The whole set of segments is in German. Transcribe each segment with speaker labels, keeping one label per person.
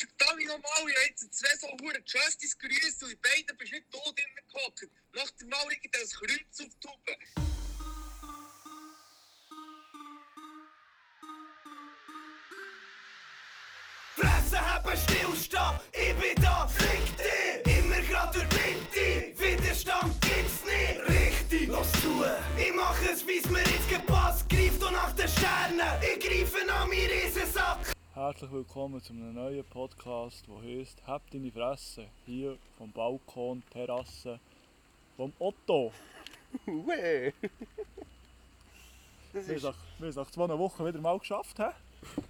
Speaker 1: nochmal, ich habe jetzt zwei so Huren Justice grüßt und in beiden bist nicht tot drin gehockt. Nach dem Mal liegt ein Kreuz auf die Tube.
Speaker 2: Fresse haben, Stillstand, ich bin da, fick dich! Immer grad durch die Mitte, Widerstand gibt's nicht! Richtig, los zu! Ich mach es, wie's mir jetzt gepasst, greif doch nach den Sternen, ich greife an meinen Riesensack!
Speaker 3: Herzlich willkommen zu einem neuen Podcast, der heißt Habt deine Fresse. Hier vom Balkon, Terrasse, vom Otto.
Speaker 4: Uwe! Das
Speaker 3: Wir
Speaker 4: ist,
Speaker 3: haben es nach- wir haben es nach zwei Wochen wieder mal geschafft. He?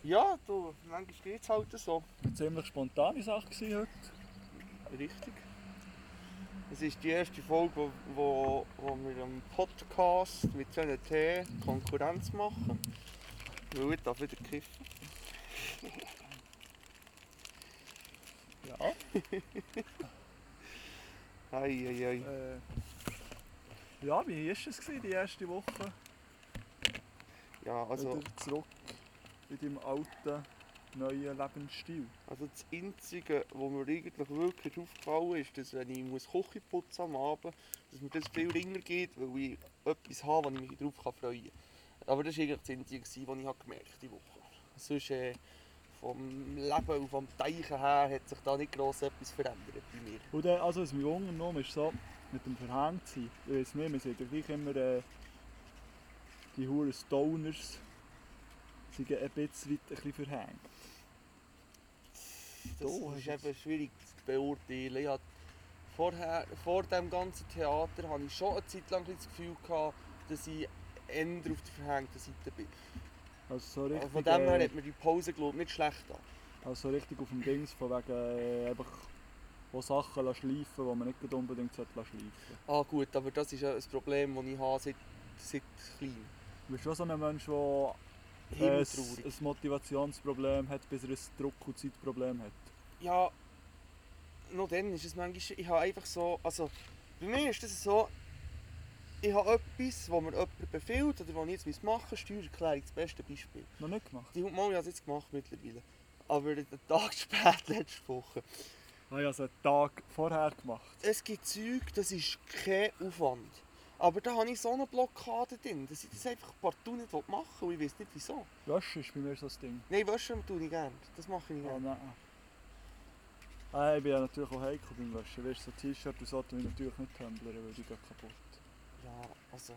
Speaker 4: ja, du, manchmal geht's halt so.
Speaker 3: Eine ziemlich spontane Sache gewesen heute.
Speaker 4: Richtig. Es ist die erste Folge, wo, wo, wo wir einen Podcast mit so einem Tee Konkurrenz machen. Weil ich darf wieder kiffen.
Speaker 3: Ja.
Speaker 4: Eieiei.
Speaker 3: Äh, ja, wie war es gewesen, die erste Woche?
Speaker 4: Ja, also,
Speaker 3: Wieder zurück in deinem alten, neuen Lebensstil.
Speaker 4: also das Einzige, was mir eigentlich wirklich aufgefallen ist, dass wenn ich muss Küche putzen am Abend, dass mir das viel länger geht, weil ich etwas habe, wo ich mich darauf freuen kann. Aber das war eigentlich das Einzige, gewesen, was ich habe gemerkt habe die Woche. Sonst äh, vom Leben und vom Teichen her hat sich da nicht gross etwas verändert bei mir.
Speaker 3: Und dann, also, was mich ungenommen ist, so mit dem Verhängt sein. Ich weiß nicht, wir sind ja gleich immer äh, die Huren Stoners sind ein bisschen weit ein bisschen verhängt.
Speaker 4: Das
Speaker 3: Da hast
Speaker 4: ist
Speaker 3: du jetzt-
Speaker 4: eben schwierig zu beurteilen. Ich hatte vorher, vor dem ganzen Theater hatte ich schon eine Zeit lang ein bisschen das Gefühl, gehabt, dass ich eher auf der verhängten Seite bin.
Speaker 3: Also so
Speaker 4: Also
Speaker 3: richtig,
Speaker 4: von dem her
Speaker 3: äh,
Speaker 4: hat mir die Pause glaub, ich, nicht schlecht an.
Speaker 3: also so richtig auf dem Dings, von wegen äh, einfach wo Sachen lassen schleifen, die man nicht gerade unbedingt sollte lassen schleifen
Speaker 4: Ah gut, aber das ist ja ein Problem, das ich habe seit, seit klein.
Speaker 3: Du bist schon so ein Mensch, der äh, ein,
Speaker 4: Himmeltraurig.
Speaker 3: ein Motivationsproblem hat, bis er ein Druck- und Zeitproblem hat.
Speaker 4: Ja, noch dann ist es manchmal, ich habe einfach so, also bei mir ist das so, ich habe etwas, wo mir jemand befiehlt oder was ich jetzt machen muss, Steuererklärung, das beste Beispiel.
Speaker 3: Noch nicht gemacht?
Speaker 4: Die Mal, ich habe es jetzt gemacht mittlerweile. Aber einen Tag später, letzte Woche.
Speaker 3: Ah, ich habe es einen Tag vorher gemacht.
Speaker 4: Es gibt Zeug, das ist kein Aufwand. Aber da habe ich so eine Blockade drin, dass ich das einfach partout nicht machen will und ich weiß nicht wieso.
Speaker 3: Waschen ist bei mir so das Ding.
Speaker 4: Nein, Wäsche tue ich gerne. Das mache ich
Speaker 3: Ah,
Speaker 4: gerne.
Speaker 3: nein. Ah, ich bin ja natürlich auch heikel beim Waschen. Weißt du, so T-Shirt und so tue ich natürlich nicht tümbeln, weil die gehen kaputt.
Speaker 4: Ja, also,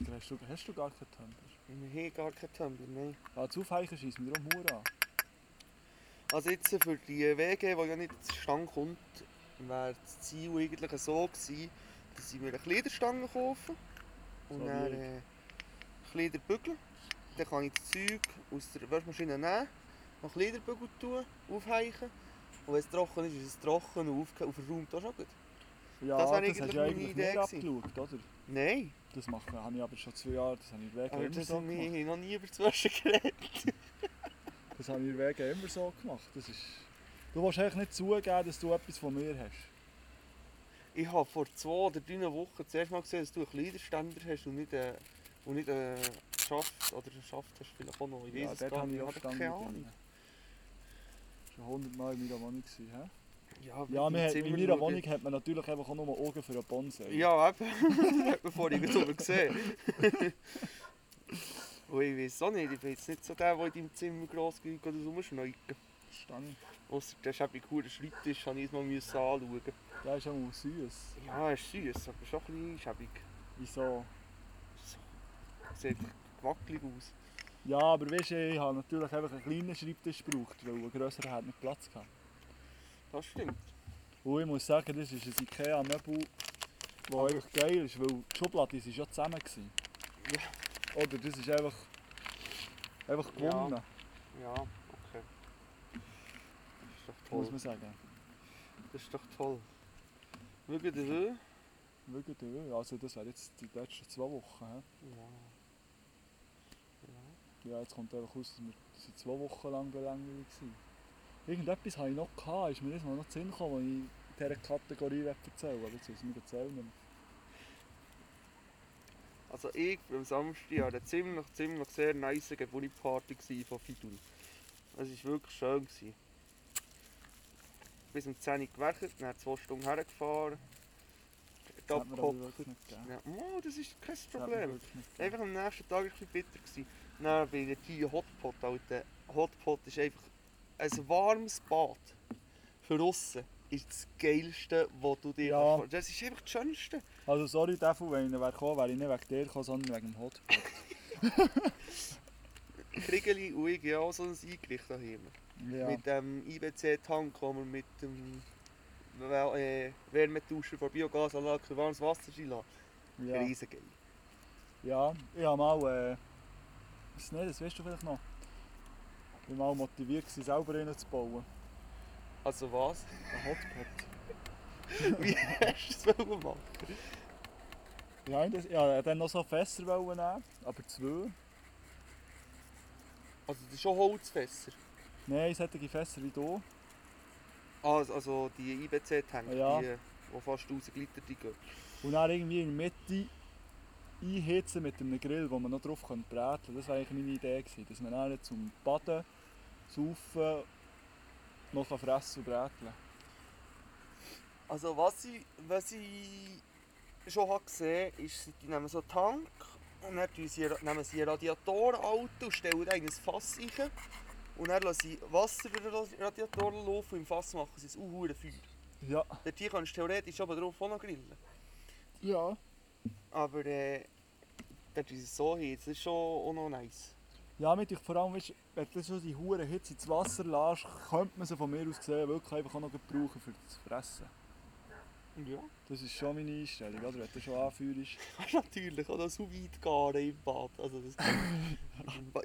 Speaker 3: Oder Hast du, hast du gar keinen Tumbler?
Speaker 4: wir haben gar keinen Tumblr, nein.
Speaker 3: Ah, zu aufheichen scheisst mir auch Mauer an.
Speaker 4: Also jetzt für die WG, die ja nicht zustande kommt, wäre das Ziel eigentlich so gewesen, dass ich mir eine Kleiderstange kaufe und
Speaker 3: So
Speaker 4: dann
Speaker 3: wie ich.
Speaker 4: äh, Kleider bügeln. Dann kann ich das Zeug aus der Waschmaschine nehmen, noch Kleiderbügel tun, aufheichen und wenn es trocken ist, ist es trocken und aufge- aufgeräumt auch schon gut.
Speaker 3: Ja,
Speaker 4: Das
Speaker 3: das,
Speaker 4: wär
Speaker 3: hast
Speaker 4: eigentlich
Speaker 3: du ja
Speaker 4: meine
Speaker 3: eigentlich
Speaker 4: Idee
Speaker 3: nicht abgeschaut, oder?
Speaker 4: Nein,
Speaker 3: Das mache, habe ich aber schon zwei Jahre, das habe ich wegen
Speaker 4: aber
Speaker 3: immer
Speaker 4: das
Speaker 3: so
Speaker 4: haben
Speaker 3: gemacht.
Speaker 4: wir noch nie über zwischen geredet.
Speaker 3: Das habe ich wegen immer so gemacht. Das ist... Du willst eigentlich nicht zugeben, dass du etwas von mir hast.
Speaker 4: Ich habe vor zwei oder drei Wochen zuerst mal gesehen, dass du einen Kleiderständer hast und nicht, äh, und nicht äh, Schaft oder einen Schaft hast du vielleicht auch noch. Ich weiß es
Speaker 3: dort
Speaker 4: gar
Speaker 3: habe
Speaker 4: nicht,
Speaker 3: ich auch
Speaker 4: ich habe
Speaker 3: Stand
Speaker 4: keine
Speaker 3: mit
Speaker 4: Ahnung.
Speaker 3: drin. Schon hundertmal in meiner Wohnung gewesen, hä?
Speaker 4: Ja,
Speaker 3: Ja,
Speaker 4: im
Speaker 3: wir hat,
Speaker 4: Zimmer
Speaker 3: in meiner
Speaker 4: schauen.
Speaker 3: Wohnung hat man natürlich einfach auch nur Augen für einen Bonsai.
Speaker 4: Ja, eben. hat man vorhin wieder drüber gesehen. Und ich weiß auch nicht, ich bin jetzt nicht so der, der in deinem Zimmer gross geht und rumschneugt.
Speaker 3: Verstehe ich.
Speaker 4: Ausser der schäbige coolen Schreibtisch, habe ich es mal müssen anschauen.
Speaker 3: Der ist auch mal süß.
Speaker 4: Ja, er ist süß, aber schon ein bisschen schäbig.
Speaker 3: Wieso?
Speaker 4: Sieht wackelig aus.
Speaker 3: Ja, aber weißt du, ich habe natürlich einfach einen kleinen Schreibtisch gebraucht, weil ein grösserer hat nicht Platz gehabt.
Speaker 4: Das stimmt.
Speaker 3: Und ich muss sagen, das ist ein Ikea-Möbel, der
Speaker 4: Aber-
Speaker 3: einfach geil ist, weil die Schublade ist ja zusammen. Gewesen. Oder das ist einfach, einfach
Speaker 4: Ja,
Speaker 3: gewonnen,
Speaker 4: Ja, okay. Das ist doch
Speaker 3: muss
Speaker 4: toll.
Speaker 3: man sagen.
Speaker 4: Das ist doch toll. Schau dir
Speaker 3: Wirklich, ja. Also das wären jetzt die letzten zwei Wochen. hä?
Speaker 4: an. Ja. Ja.
Speaker 3: Ja, jetzt kommt einfach raus, dass wir dass wir zwei Wochen lang belangweilig waren. Irgendetwas hatte ich noch, gehabt, ist mir jedes Mal noch zu Sinn gekommen, was ich in dieser Kategorie erzählen will. Aber jetzt weiß ich mir erzählen nicht mehr.
Speaker 4: Also ich bin am Samstag an einer ziemlich, ziemlich sehr nice Geburtstagsparty von Fidul. Es war wirklich schön. Gewesen. bis um 10 Uhr gewerkt, dann zwei Stunden hergefahren.
Speaker 3: Das hat mir aber
Speaker 4: Abgekocht.
Speaker 3: wirklich nicht gegeben.
Speaker 4: Ja, oh, das ist kein
Speaker 3: Das hat mir
Speaker 4: Problem.
Speaker 3: wirklich nicht gegeben.
Speaker 4: Einfach am nächsten Tag war es ein bisschen bitter. Gewesen. Dann bei der Thai Hotpot. Alter. Hotpot ist einfach ein warmes Bad. Für draussen ist das Geilste, was du dir
Speaker 3: Ja.
Speaker 4: kannst. Das ist einfach das Schönste.
Speaker 3: Also sorry, Defu, wenn ich nicht gekommen wäre, wäre ich nicht wegen dir gekommen, sondern wegen dem Hot.
Speaker 4: Kriegeli und ich haben auch so ein Eingericht hier.
Speaker 3: Ja.
Speaker 4: Mit dem IBC-Tank, wo wir mit dem Wel- äh, Wärmetauscher von Biogasanlage für warmes Wasser reinlassen. Ja.
Speaker 3: ja.
Speaker 4: Riesengeil.
Speaker 3: ja, ich habe mal... Äh, weiss nicht, das weißt du vielleicht noch. Ich war mal motiviert, gewesen, selber einen zu bauen.
Speaker 4: Also was?
Speaker 3: Ein Hotpot.
Speaker 4: Wie hast du das gemacht?
Speaker 3: Ja, ich das- ich wollte dann noch so Fässer nehmen, aber zwei.
Speaker 4: Also das ist schon Holzfässer.
Speaker 3: Nein, solche Fässer wie hier.
Speaker 4: Also, also die IBC-Tanks,
Speaker 3: Ja.
Speaker 4: die, die fast 1000 Liter die gehen.
Speaker 3: Und dann irgendwie in der Mitte einhitzen mit einem Grill, wo man noch drauf könnte bräteln Das war eigentlich meine Idee, gewesen, dass man dann zum Baden, Saufen, noch kann fressen und bräteln
Speaker 4: Also was ich, was ich schon habe gesehen habe, ist, die nehmen so einen Tank und dann tun sie, nehmen sie einen Radiator alt und stellen da ein Fass rein. Und dann lassen sie Wasser durch den Ra- Radiator laufen und im Fass machen sie ein unheuer Feuer.
Speaker 3: Ja.
Speaker 4: Dort hier kannst du theoretisch aber drauf auch noch grillen.
Speaker 3: Ja.
Speaker 4: Aber äh, dort ist es so hier, das ist schon auch noch nice.
Speaker 3: Ja, mit euch vor allem, weißt, wenn du so die Huren Hitze ins Wasser lässt, könnte man sie von mir aus gesehen wirklich einfach auch noch brauchen, für das Fressen.
Speaker 4: Ja.
Speaker 3: Das ist schon meine Einstellung, oder? Wenn du schon anführst.
Speaker 4: Kannst natürlich auch noch so weit garen im Bad. Also das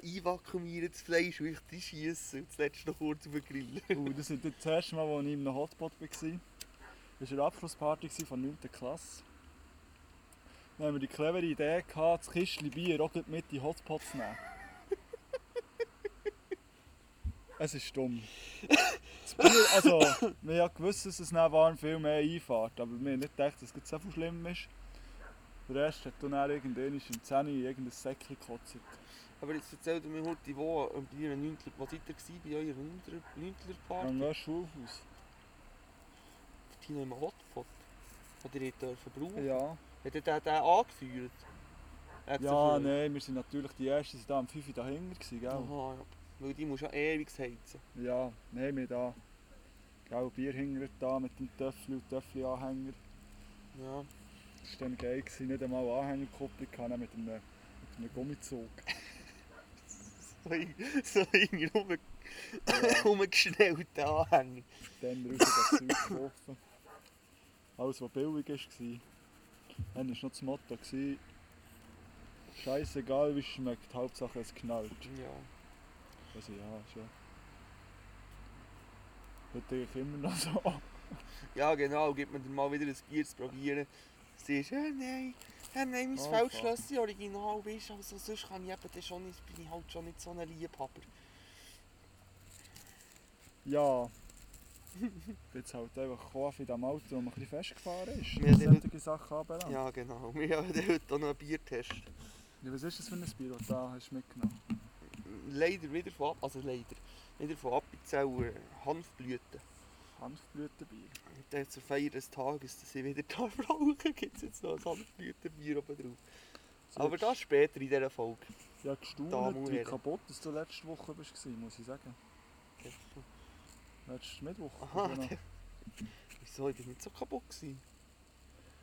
Speaker 4: einvakuumieren das Fleisch und ich die schiessen und zuletzt noch kurz auf den Grill.
Speaker 3: Und das war das erste Mal, als ich in einem Hotpot war. Das war eine Abschlussparty von 9. Klasse. Dann haben wir die clevere Idee, gehabt, das Kistchen Bier auch gleich mit in den Hotpot zu nehmen. es ist dumm. Das Bier, also, wir haben gewusst, dass es nach warm viel mehr einfahrt, aber wir haben nicht gedacht, dass es gerade so viel schlimm ist. Der Rest hat dann auch irgendwann im 10 Uhr in irgendein Säckchen gekotzt.
Speaker 4: Aber jetzt erzählt mir heute, wo ähm, bei eurer Neuntler, wo seid ihr gewesen, bei eurer Neuntler, Neuntler Party?
Speaker 3: Dann gehst du Schulhaus.
Speaker 4: Die haben einen Hotpot. Oder ihr dürfen brauchen.
Speaker 3: Ja.
Speaker 4: Hat er den, den angefeuert? Hat
Speaker 3: Ja,
Speaker 4: er für-
Speaker 3: nein, wir sind natürlich die Ersten, die da am 5 Uhr dahinter waren, gell?
Speaker 4: Aha, ja. Weil die muss ja ewig heizen.
Speaker 3: Ja, nein, wir da. Gell, Bierhinger da mit dem Töffel und Töffel-Anhänger.
Speaker 4: Ja.
Speaker 3: Das war dann geil, gewesen. nicht einmal Anhängerkupplung, sondern mit einem, mit einem Gummizug.
Speaker 4: So, in- so irgendwie rum, rumgeschnellt, der Anhänger.
Speaker 3: Dann raus das Zeug geworfen. Alles, was billig war. Dann war noch das Motto, gewesen, scheissegal wie es schmeckt, Hauptsache es knallt.
Speaker 4: Ja.
Speaker 3: Also ja, schon. Heute denke ich immer noch so.
Speaker 4: Ja, genau, gibt mir dann mal wieder ein Bier zu probieren. Sie ist, äh, nein, äh, nein, mein
Speaker 3: Oh,
Speaker 4: Feldschlösschen original ist, also sonst kann ich eben dann schon nicht, bin ich halt schon nicht so ein Liebhaber.
Speaker 3: Ja. Jetzt halt einfach gekommen in diesem Auto, wo man ein bisschen festgefahren ist.
Speaker 4: Ja,
Speaker 3: Ja,
Speaker 4: die-
Speaker 3: solche Sachen anbelangt.
Speaker 4: Ja, genau. Wir haben dann heute auch noch einen Biertest.
Speaker 3: Ja, was ist das für ein Bier, das du da hast mitgenommen
Speaker 4: Leider wieder von, Ab- also leider, wieder von Appenzeller Hanfblüten.
Speaker 3: Hanfblütenbier.
Speaker 4: Und dann zur Feier des Tages, dass ich wieder da rauchen, gibt es jetzt noch ein Hanfblütenbier oben drauf.
Speaker 3: So
Speaker 4: Aber das später in dieser Folge.
Speaker 3: Ja,
Speaker 4: Damen und
Speaker 3: gestaunt, wie
Speaker 4: Herren.
Speaker 3: kaputt dass du letzte Woche warst, muss ich sagen. Letzte Mittwoch.
Speaker 4: Aha,
Speaker 3: genau.
Speaker 4: Wieso, ich bin nicht so kaputt gewesen.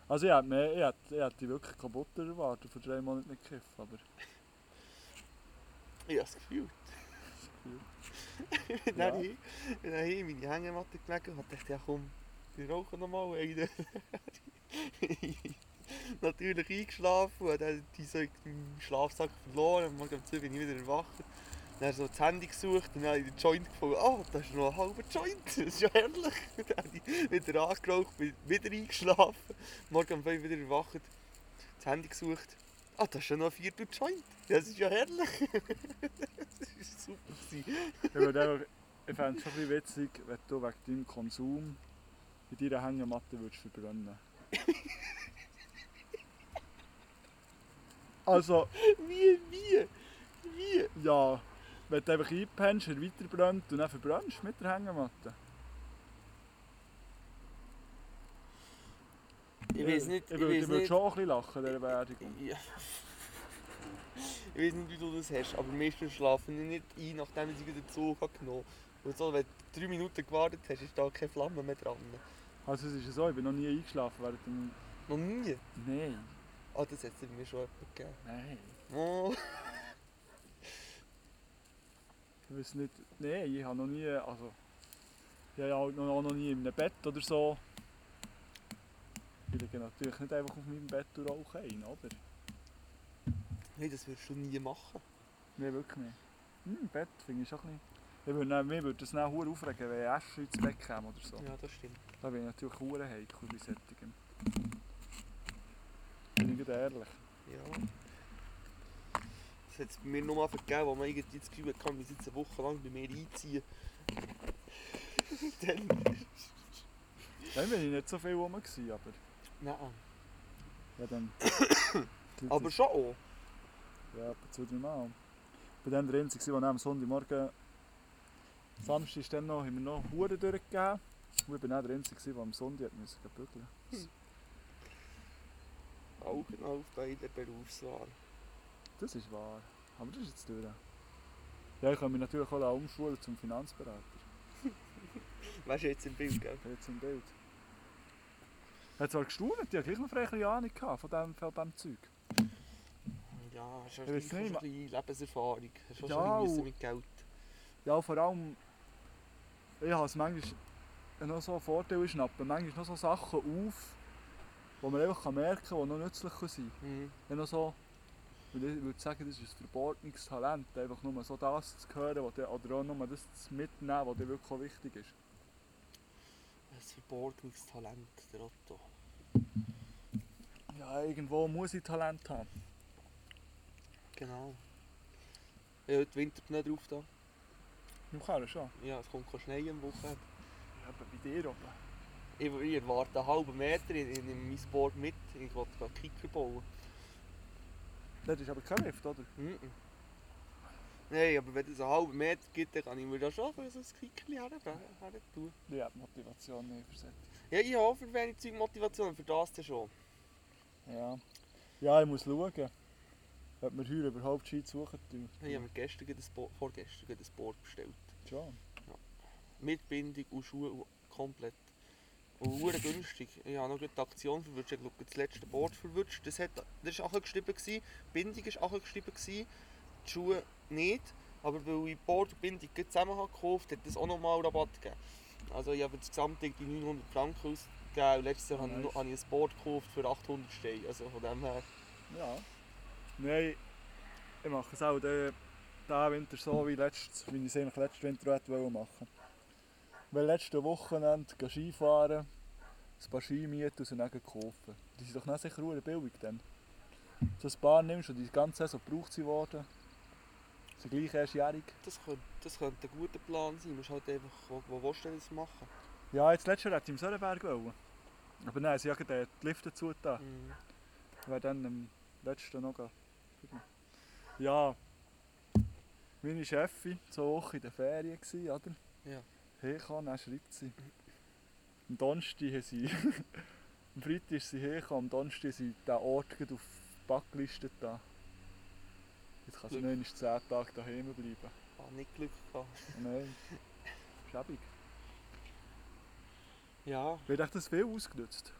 Speaker 3: Also ich hätte, mehr, ich, hätte, ich hätte dich wirklich kaputt erwartet, vor drei Monaten nicht gekifft, aber...
Speaker 4: Ich habe das Gefühl. Dann
Speaker 3: Ja.
Speaker 4: habe ich, dann habe ich in meine Hängematte gelegen und dachte, ja komm, wir rauchen noch mal einen. Natürlich eingeschlafen und dann die so in den Schlafsack verloren. Am Morgen um 2 bin ich wieder erwacht. Dann so das Handy gesucht und dann habe ich den Joint gefunden. Ah, da ist noch ein halber Joint. Das ist ja herrlich. Dann habe ich wieder angeraucht, bin wieder eingeschlafen. Morgen um 5 wieder erwacht. Das Handy gesucht. Ah, da ist ja noch ein Viertel Joint. Das ist ja herrlich. Das ist super. gewesen.
Speaker 3: Ich, würde einfach- ich fände es schon ein bisschen witzig, wenn du wegen deinem Konsum in deiner Hängematte würdest verbrennen Also,
Speaker 4: Wie, wie? Wie?
Speaker 3: ja, wenn du einfach einpennst, er weiterbrennt und dann verbrennst mit der Hängematte.
Speaker 4: Ich weiß nicht,
Speaker 3: Ich
Speaker 4: ich
Speaker 3: würde
Speaker 4: weiß
Speaker 3: ich würde
Speaker 4: nicht.
Speaker 3: schon ein bisschen lachen, dieser Beerdigung.
Speaker 4: Ja. Ich weiß nicht, wie du das hast, aber meistens schlafen die nicht ein, nachdem ich sie wieder Zug habe genommen Und so, wenn du drei Minuten gewartet hast, ist da keine Flamme mehr dran.
Speaker 3: Also es ist ja so, ich bin noch nie eingeschlafen während dem...
Speaker 4: Noch nie.
Speaker 3: Nein,
Speaker 4: Ah, das hat es mir schon jemand gegeben.
Speaker 3: nein.
Speaker 4: Oh.
Speaker 3: Ich weiß nicht... Nein, ich habe noch nie... Also... Ich habe halt noch, auch noch nie in einem Bett oder so... Ich liege natürlich nicht einfach auf meinem Bett und rauche ein, oder?
Speaker 4: Nein, das würdest du nie machen.
Speaker 3: Nein, wirklich nicht. Hm, im Bett finde ich schon ein bisschen... Ich würde, dann- mich würde das dann verdammt aufregen, wenn Asche ins Bett käme oder so.
Speaker 4: Ja, das stimmt.
Speaker 3: Da bin ich natürlich verdammt heikel bei solchen. Bin ich gerade ehrlich.
Speaker 4: Ja. Das hat es mir nur mal vergeben, als man irgendwie das Gefühl hatte, wir sind jetzt eine Woche lang bei mir einziehen. Dann...
Speaker 3: Dann bin ich nicht so viel rum, gewesen, aber...
Speaker 4: Nein.
Speaker 3: Ja, dann...
Speaker 4: Aber schon auch.
Speaker 3: Ja, etwa zwei, drei Mal. Bei dem drin war ich am Sonntagmorgen. Samstag ist dann noch, haben wir noch Huren durchgegeben. Und ich bin auch der Einzige, gewesen, der am Sonntag hat müssen gehen bügeln
Speaker 4: Augen genau auf bei der Berufswahl.
Speaker 3: Das ist wahr. Aber das ist jetzt durch. Ja, ich kann mich natürlich auch da umschulen zum Finanzberater.
Speaker 4: Weißt du jetzt im Bild, gell?
Speaker 3: Jetzt im Bild. Hat zwar gestaunt, ich hatte gleich noch eine freche Ahnung gehabt von diesem, von diesem Zeug.
Speaker 4: Ja, hast du
Speaker 3: Ich weiß
Speaker 4: schon ein
Speaker 3: nicht,
Speaker 4: bisschen Lebenserfahrung. Hast du
Speaker 3: Ja,
Speaker 4: schon ein bisschen
Speaker 3: und-
Speaker 4: mit Geld.
Speaker 3: Ja, vor allem, ich habe es manchmal noch so einen Vorteil in schnappen. Manchmal noch so Sachen auf, die man einfach merken kann, die noch nützlich sein können.
Speaker 4: Mhm.
Speaker 3: Ja, noch so, weil ich würde sagen, das ist ein verborgenes Talent, einfach nur so das zu hören was dir- oder auch nur das zu mitnehmen, was dir wirklich auch wichtig ist.
Speaker 4: Ein verborgenes Talent, der Otto.
Speaker 3: Ja, irgendwo muss ich Talent haben.
Speaker 4: Genau. Ich habe heute Winter nicht drauf da.
Speaker 3: Im Keller schon.
Speaker 4: Ja, es kommt kein Schnee am Wochenende.
Speaker 3: Ja, aber bei dir oben.
Speaker 4: Ich, ich erwarte einen halben Meter in, in, in mein Board mit. Ich will gerade Kicker bauen.
Speaker 3: Das ist aber kein Lift, oder?
Speaker 4: Mhm. Nein, aber wenn es einen halben Meter gibt, dann kann ich mir da schon für so ein Kickerli her, her tun.
Speaker 3: Ich habe die Motivation nicht versetzt.
Speaker 4: Ja, ich habe für wenig Zeug Motivation, für das dann schon.
Speaker 3: Ja. Ja, ich muss schauen, ob wir heuer überhaupt Ski suchen tun.
Speaker 4: Ich habe mir gestern, gerade ein Bo- vorgestern, gerade ein Board bestellt.
Speaker 3: Schon.
Speaker 4: mit Bindung und Schuhe und komplett. Und hure günstig. Ich habe noch gerade die Aktion verwünscht. Ich glaube, das letzte Board verwünscht. Das, hat, das war angeschrieben. gewesen. Die Bindung war angeschrieben. gewesen, Die Schuhe nicht. Aber weil ich Board und Bindung gerade zusammen habe gekauft habe, hat es auch nochmal Rabatt gegeben. Also ich habe für das Gesamtding die 900 Franken ausgegeben. Und letztes Jahr habe ich
Speaker 3: Nice.
Speaker 4: noch- habe ich ein Board gekauft für 800 Steine. Also von dem her.
Speaker 3: Ja. Nein, ich mache es auch äh, diesen Winter so, wie, letztes, wie ich es eigentlich letzten Winter hätte wollen machen Weil letzte Wochenende geh Skifahren, ein paar Ski mieten und sie dann kaufen. Die sind doch dann sicher eine billig dann. So ein paar nimmst und die ganze Saison gebraucht sie worden. Sie gleich erst jährig.
Speaker 4: Das könnte, das könnte ein guter Plan sein. Man muss halt einfach, wo, wo willst du denn das machen?
Speaker 3: Ja, jetzt letztes Jahr hätte ich im Sörenberg wollen. Aber nein, sie haben gerade die Lifte zugetan.
Speaker 4: Mhm.
Speaker 3: Wer dann am letzten noch gehen. Ja, meine Chefin war so Woche in der Ferien, gewesen, oder?
Speaker 4: Ja.
Speaker 3: Herkam, dann schreibt sie. Am Donnerstag haben sie... am Freitag ist sie hergekommen, am Donnerstag sind diesen Ort gerade auf die Backliste da. Jetzt kann sie
Speaker 4: Glück.
Speaker 3: noch einmal 10 Tage daheim bleiben. Oh
Speaker 4: Ich habe nicht Glück gehabt.
Speaker 3: Nein. Schäbig.
Speaker 4: Ja,
Speaker 3: Wird echt das viel ausgenutzt?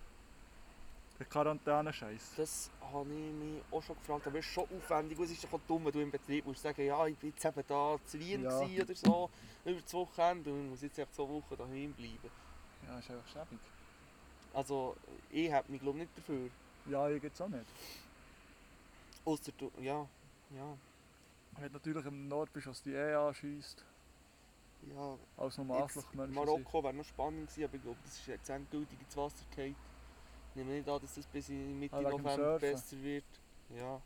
Speaker 3: Der Quarantäne-Scheiß.
Speaker 4: Das habe ich mich auch schon gefragt, aber es ist schon aufwendig, und es ist doch auch dumm, wenn du im Betrieb musst sagen, ja, ich bin jetzt eben da zu Wien
Speaker 3: Ja.
Speaker 4: gewesen oder so, über das Wochenende und ich muss jetzt echt zwei Wochen daheim bleiben.
Speaker 3: Ja, ist einfach schäbig.
Speaker 4: Also, ich habe mich glaube nicht dafür.
Speaker 3: Ja, ich geht's auch nicht.
Speaker 4: Ausser du, ja, ja,
Speaker 3: Wenn du natürlich im Nord bist, als die eh anschießt,
Speaker 4: ja.
Speaker 3: als
Speaker 4: Jetzt,
Speaker 3: normaler Mensch.
Speaker 4: Marokko wäre noch spannend gewesen, aber ich glaube, das ist jetzt endgültig ins Wasser gefallen. Ich nehme nicht an, dass das bis in Mitte
Speaker 3: Ah, wegen dem
Speaker 4: November
Speaker 3: Surfen.
Speaker 4: besser wird. Ja,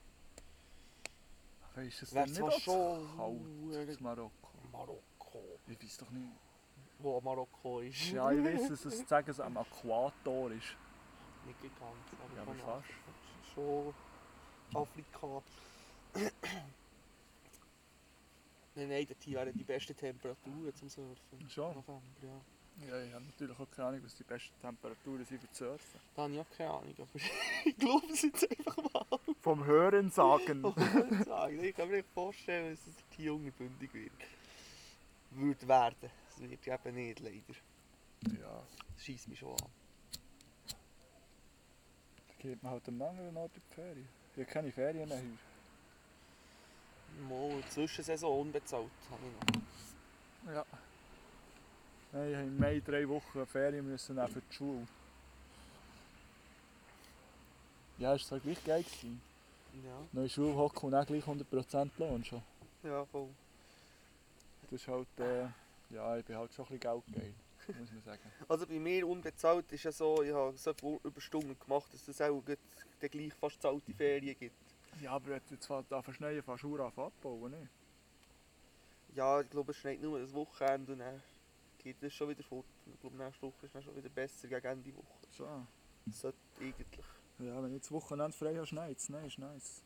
Speaker 3: Weißt du, es
Speaker 4: wäre
Speaker 3: dann
Speaker 4: zwar
Speaker 3: nicht
Speaker 4: schon
Speaker 3: auch kalt, das
Speaker 4: verdammt
Speaker 3: Marokko.
Speaker 4: Marokko,
Speaker 3: Ich weiß doch nicht.
Speaker 4: wo Marokko ist.
Speaker 3: Ja, ich weiß, dass es sagen, sie am Äquator ist.
Speaker 4: Nicht ganz, aber,
Speaker 3: Ja, aber
Speaker 4: keine
Speaker 3: fast.
Speaker 4: Ahnung. Schon Afrika. nein, nein, dort wären die besten Temperaturen zum Surfen.
Speaker 3: Schon.
Speaker 4: November, ja.
Speaker 3: Ja, ich habe natürlich auch keine Ahnung, was die besten Temperaturen sind für zu Surfen.
Speaker 4: Da habe ich auch keine Ahnung, aber ich glaube es jetzt einfach mal.
Speaker 3: Vom Hören sagen.
Speaker 4: Oh, ich sagen. Ich kann mir nicht vorstellen, dass es hier unterbündig wird. Würde werden. Es wird ja eben nicht, leider.
Speaker 3: ja,
Speaker 4: Das schießt mich schon an.
Speaker 3: da geht man halt am anderen Ort in die Ferien. Ich habe keine Ferien mehr hier.
Speaker 4: Mal Zwischensaison unbezahlt habe ich noch.
Speaker 3: Ja. Nein, ich habe im Mai drei Wochen Ferien müssen auch für die Schule. Ja, ist zwar gleich geil gewesen.
Speaker 4: Ja,
Speaker 3: Neue Schule hocken und auch gleich 100% Lohn schon.
Speaker 4: ja voll.
Speaker 3: Das ist halt, äh, ja, ich bin halt schon ein bisschen geldgeil, muss man sagen.
Speaker 4: Also bei mir unbezahlt ist ja so, ich habe so viele Überstunden gemacht, dass es auch gut dann gleich fast zahlte Ferien gibt.
Speaker 3: Ja, aber jetzt, jetzt fängt an verschneien, fährst du auf abbauen, ne?
Speaker 4: Ja, ich glaube, es schneit nur das Wochenende und dann geht es schon wieder fort. Ich glaube, nächste Woche ist es schon wieder besser gegen Ende Woche.
Speaker 3: So.
Speaker 4: Das sollte eigentlich.
Speaker 3: Ja, wenn ich das Wochenende frei habe, schneit es. Nein, ist nice.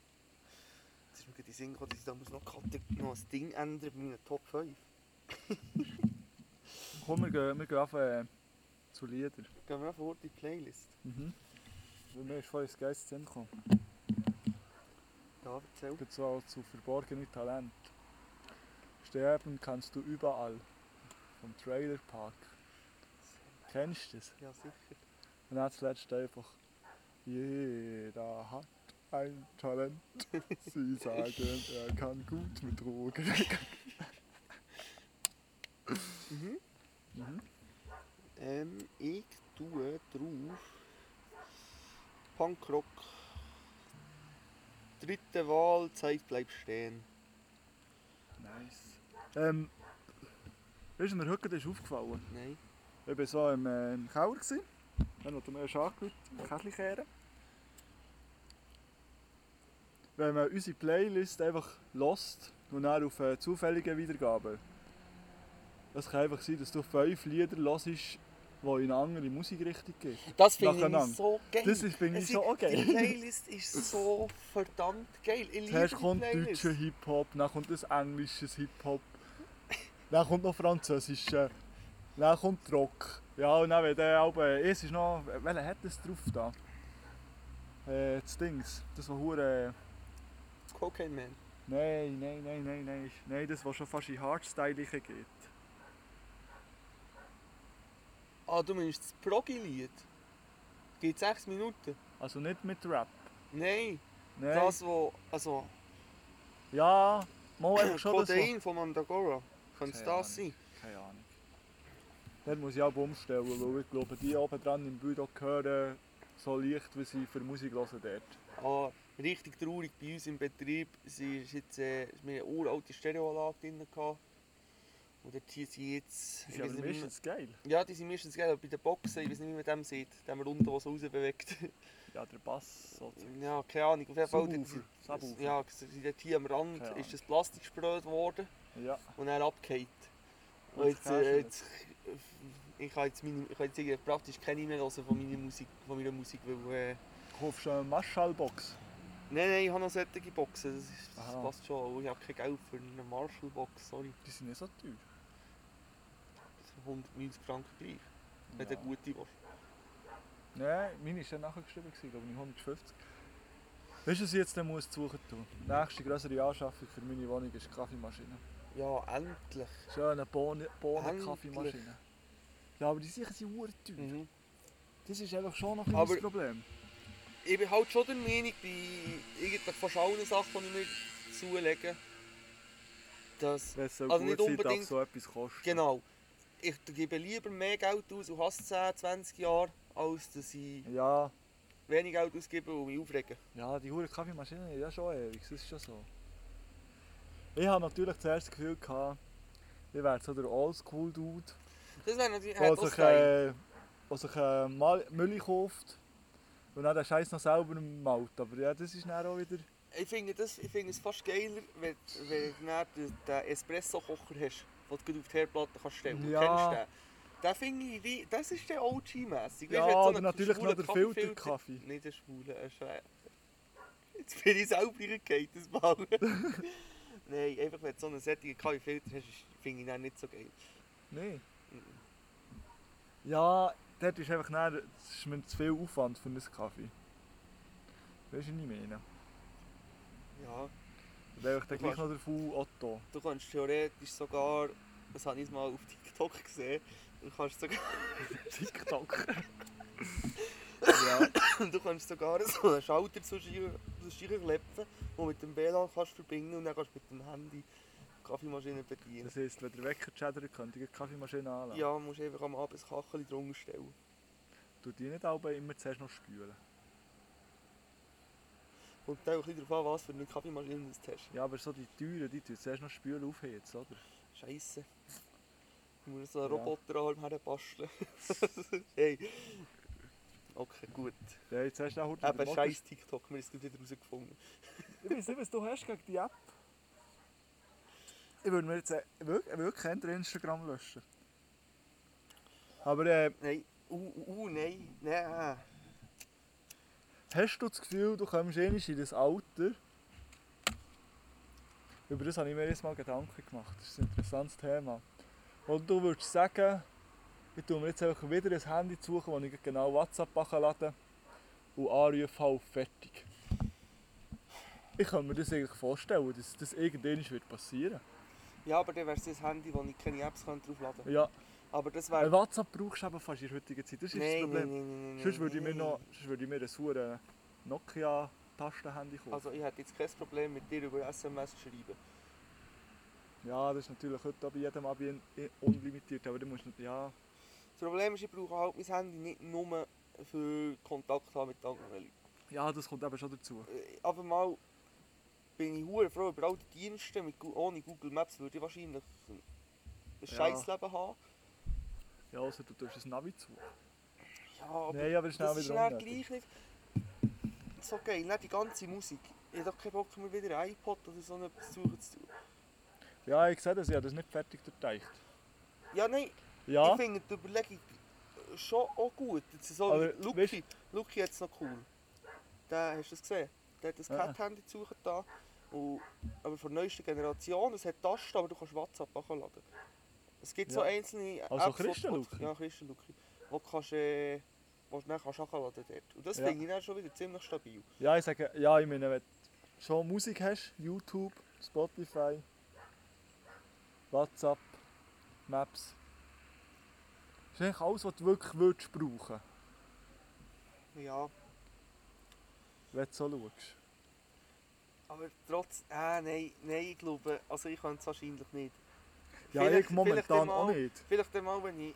Speaker 4: Jetzt ist mir gerade in den Sinn gekommen, dass ich da muss noch, Kategor- noch ein Ding ändern bei meinen Top 5.
Speaker 3: Komm, wir gehen, wir gehen auf, äh, zu Lieder.
Speaker 4: Gehen wir einfach in die Playlist.
Speaker 3: Mhm. Weil mir ist voll ins Geist in den Sinn gekommen.
Speaker 4: Da erzähl.
Speaker 3: Geht so zu verborgene Talent. Sterben kannst du überall. Vom Trailer Park. Kennst du das?
Speaker 4: Ja, sicher.
Speaker 3: Und dann zuletzt einfach. Jeder hat ein Talent. Sie sagen, er kann gut mit Drogen.
Speaker 4: Mhm.
Speaker 3: Mhm.
Speaker 4: Ähm, ich tue drauf. Punkrock. Dritte Wahl, Zeit bleibt stehen.
Speaker 3: Nice. Ähm, weißt du, mir heute gerade ist aufgefallen.
Speaker 4: Nein.
Speaker 3: Ich war so im, äh, im Keller. gewesen. Dann hat er mir erst angerufen, im Kästchen kehren. Wenn man unsere Playlist einfach lost und dann auf äh, zufällige Wiedergabe. Es kann einfach sein, dass du fünf Lieder hörst, die in eine andere Musikrichtung gehen.
Speaker 4: Das finde
Speaker 3: Nacheinander.
Speaker 4: ich so geil.
Speaker 3: Das ist- finde ich
Speaker 4: Es
Speaker 3: so auch geil.
Speaker 4: Die Playlist ist so verdammt geil. Ich liebe
Speaker 3: Zuerst
Speaker 4: die
Speaker 3: kommt
Speaker 4: Playlist.
Speaker 3: deutscher Hip-Hop, dann kommt das englische Hip-Hop, dann kommt noch französischer, dann kommt Rock. Ja, und dann wenn der Albe, es ist noch, welcher hat das drauf da? Äh, das Dings, das war hure.
Speaker 4: Cocaine Man.
Speaker 3: Nein, nein, nein, nein, nein, ist- nein, das war schon fast in Hardstyle geht.
Speaker 4: Ah, du meinst das Progi-Lied? Geht 6 Minuten?
Speaker 3: Also nicht mit Rap.
Speaker 4: Nein.
Speaker 3: Nein.
Speaker 4: Das, wo. Also.
Speaker 3: Ja, mal einfach schon das.
Speaker 4: Protein von Mandagora. Könnte es
Speaker 3: Keine
Speaker 4: das sein?
Speaker 3: was- Keine Ahnung. Dann muss ich auch umstellen, weil ich glaube, die oben dran im Büro hören so leicht, wie sie für Musik hören dort.
Speaker 4: Ah, richtig traurig bei uns im Betrieb. Sie ist jetzt äh, ist mir eine uralte Stereoanlage drin. Gehabt. Und dort hier sind jetzt.
Speaker 3: Das
Speaker 4: ich
Speaker 3: ist ja
Speaker 4: weiss nicht, wie man-
Speaker 3: meistens geil.
Speaker 4: ja, die sind meistens geil, aber bei den Boxen, ich weiß nicht, wie man dem sieht, dem Runden, was raus bewegt.
Speaker 3: Ja, der Bass sozusagen.
Speaker 4: ja, keine Ahnung, auf jeden Fall. dort
Speaker 3: Subwoofer,
Speaker 4: sind-
Speaker 3: Subwoofer.
Speaker 4: Ja, sind dort hier am Rand
Speaker 3: Keine
Speaker 4: ist
Speaker 3: Ahnung.
Speaker 4: das Plastik gesprüht worden.
Speaker 3: Ja.
Speaker 4: und dann abgeht. Und
Speaker 3: Und
Speaker 4: jetzt,
Speaker 3: das
Speaker 4: äh,
Speaker 3: kannst
Speaker 4: jetzt, äh, ich kann jetzt, meine, ich kann jetzt irgendwie praktisch keine mehr hören von meiner Musik, von meiner Musik weil, äh,
Speaker 3: Kaufst du eine Marshall-Box?
Speaker 4: nein, nein, ich habe noch solche Boxen, das, ist, das
Speaker 3: Aha.
Speaker 4: passt schon, aber ich habe kein Geld für eine Marshall-Box, sorry,
Speaker 3: Die sind nicht so teuer.
Speaker 4: Das sind 190 Franken gleich, wenn du
Speaker 3: Ja.
Speaker 4: eine gute willst.
Speaker 3: Nein, meine war dann nachher geschrieben, gewesen, glaube ich, 150. Weißt du, was ich jetzt dann muss suchen tun? Die nächste größere Anschaffung für meine Wohnung ist die Kaffeemaschine.
Speaker 4: Ja, endlich.
Speaker 3: Schöne Bohnen- Bohnen-Kaffeemaschine. Ja, aber die sicher sind sehr teuer.
Speaker 4: Mhm.
Speaker 3: Das ist einfach schon noch ein
Speaker 4: Aber-
Speaker 3: kleines Problem.
Speaker 4: Ich bin halt schon der Meinung, bei eigentlich fast allen Sachen, die ich mir zulege, dass,
Speaker 3: Wenn es so gut
Speaker 4: Also nicht
Speaker 3: sein darf,
Speaker 4: unbedingt-
Speaker 3: so etwas kosten.
Speaker 4: genau, ich gebe lieber mehr Geld aus und hasse 10, 20 Jahre, als dass ich
Speaker 3: Ja,
Speaker 4: wenig Geld ausgeben und mich aufregen.
Speaker 3: ja die hure Kaffeemaschine ist ja schon ewig, das ist schon so. Ich hatte natürlich zuerst das Gefühl, gehabt, ich wäre so der Oldschool-Dude,
Speaker 4: Das wäre natürlich
Speaker 3: der
Speaker 4: hat auch
Speaker 3: sich,
Speaker 4: Style.
Speaker 3: äh, der sich äh, Mal- Müll kauft und dann den Scheiß noch selber malt. Aber ja, das ist dann auch wieder...
Speaker 4: Ich finde das- ich finde es fast geiler, wenn, wenn du dann den- den Espresso-Kocher hast, den du gerade auf die Herdplatte kannst stellen kannst.
Speaker 3: Ja.
Speaker 4: Du kennst den. Den finde ich, ri- das ist der OG-mässig.
Speaker 3: Ja, aber natürlich noch der Filterkaffee.
Speaker 4: Nicht der schwule, ein Schwe- Jetzt bin ich selber reingegangen, das Mal. Nein, einfach wenn du so einen sättigen Kaffeefilter hast, ist- finde ich den nicht so geil.
Speaker 3: Nein. Ja, dort ist einfach näher, das ist mir zu viel Aufwand für einen Kaffee. Weißt du, was ich meine?
Speaker 4: Ja,
Speaker 3: Da wäre ich dann gleich noch der Fuhl Otto.
Speaker 4: du kannst theoretisch sogar, das habe ich mal auf TikTok gesehen, du kannst sogar,
Speaker 3: TikTok. ja.
Speaker 4: du kannst sogar so einen Schalter zu klepfen, den du mit dem WLAN kannst verbinden und dann kannst du mit dem Handy die Kaffeemaschine bedienen.
Speaker 3: Das heisst, wenn der Wecker chattert, könnt ihr die Kaffeemaschine anlassen.
Speaker 4: Ja, musst einfach am Abend ein Kacheli drunter stellen.
Speaker 3: Du die nicht aber immer zuerst noch spülen.
Speaker 4: Und dann auch ein bisschen darauf an, was für eine Kaffeemaschine du hast.
Speaker 3: Ja, aber so die teuren, die tun zuerst noch spülen aufheizen, oder?
Speaker 4: Scheiße. Ich muss so einen
Speaker 3: Ja.
Speaker 4: Roboterarm herbasteln. hey. Okay, gut.
Speaker 3: Ja, jetzt hast du auch heute
Speaker 4: Eben, scheiß TikTok, wir haben es gerade wieder rausgefunden.
Speaker 3: Ich weiß nicht, was du hast gegen die App. Ich würde mir jetzt äh, wirklich, wirklich eher Instagram löschen. Aber äh,
Speaker 4: Nein, uh, uh, uh nein, nein.
Speaker 3: Hast du das Gefühl, du kommst eh nicht in das Alter? Über das habe ich mir jetzt mal Gedanken gemacht. Das ist ein interessantes Thema. Und du würdest sagen, ich tue mir jetzt einfach wieder ein Handy suchen, wo ich genau WhatsApp laden und Anrufe habe und fertig. Ich kann mir das eigentlich vorstellen, dass das irgendwann wird passieren
Speaker 4: Ja, aber dann wäre es ein Handy, wo ich keine Apps könnte draufladen könnte.
Speaker 3: Ja,
Speaker 4: Aber das
Speaker 3: ein
Speaker 4: wäre...
Speaker 3: WhatsApp brauchst du aber fast in der heutigen Zeit. Das Äh, ist das
Speaker 4: Nein, nein,
Speaker 3: Problem.
Speaker 4: nein, nein,
Speaker 3: Sonst würde ich mir
Speaker 4: nein,
Speaker 3: noch sonst würde ich mir ein verdammtes Nokia-Tastenhandy kaufen.
Speaker 4: Also ich hätte jetzt kein Problem mit dir über SMS zu schreiben.
Speaker 3: Ja, das ist natürlich heute bei jedem Abi in- in- unlimitiert, aber du musst nicht, ja,
Speaker 4: Das Problem ist, ich brauche halt mein Handy nicht nur für Kontakt haben mit anderen Leuten.
Speaker 3: ja, das kommt eben schon dazu.
Speaker 4: Äh, aber mal bin ich hure froh über all die Dienste. Mit, Gu- ohne Google Maps würde ich wahrscheinlich ein scheiß Leben haben.
Speaker 3: Ja, also du tust ein Navi zu.
Speaker 4: Ja, aber
Speaker 3: Nein, aber schnell
Speaker 4: das ist
Speaker 3: wieder
Speaker 4: dann
Speaker 3: unnötig.
Speaker 4: gleich nicht... So geil, nicht die ganze Musik. Ich habe doch keinen Bock, mir wieder ein iPod oder so etwas suchen zu tun.
Speaker 3: Ja, ich sehe das, ja, das ist nicht fertig durchdacht.
Speaker 4: Ja, nein,
Speaker 3: Ja,
Speaker 4: ich finde die Überlegung schon auch gut. Jetzt so
Speaker 3: Aber
Speaker 4: wie Luki,
Speaker 3: weißt-
Speaker 4: Luki jetzt noch cool. Der, hast du das gesehen? Der hat das
Speaker 3: Ah.
Speaker 4: Cat-Handy gesucht da. Und, aber von der neuesten Generation. Es hat Tasten, aber du kannst WhatsApp nachladen. Es gibt so
Speaker 3: Ja.
Speaker 4: einzelne
Speaker 3: Also
Speaker 4: Apps, wo du-
Speaker 3: Christen-Luki?
Speaker 4: Ja, Christen-Luki. Wo du kannst, äh, wo du dann kannst nachladen dort. Und das
Speaker 3: Ja.
Speaker 4: finde ich dann schon wieder ziemlich stabil.
Speaker 3: ja, ich sage, ja, ich meine, wenn du schon Musik hast, YouTube, Spotify, WhatsApp, Maps, das ist eigentlich alles, was du wirklich würdest brauchen,
Speaker 4: Ja,
Speaker 3: wenn du so schaust.
Speaker 4: aber trotz... Ah, nein, nein, ich glaube... Also ich könnte es wahrscheinlich nicht.
Speaker 3: Ja, ich
Speaker 4: Vielleicht-
Speaker 3: momentan
Speaker 4: vielleicht
Speaker 3: auch
Speaker 4: einmal-
Speaker 3: nicht.
Speaker 4: Vielleicht dann mal, wenn ich.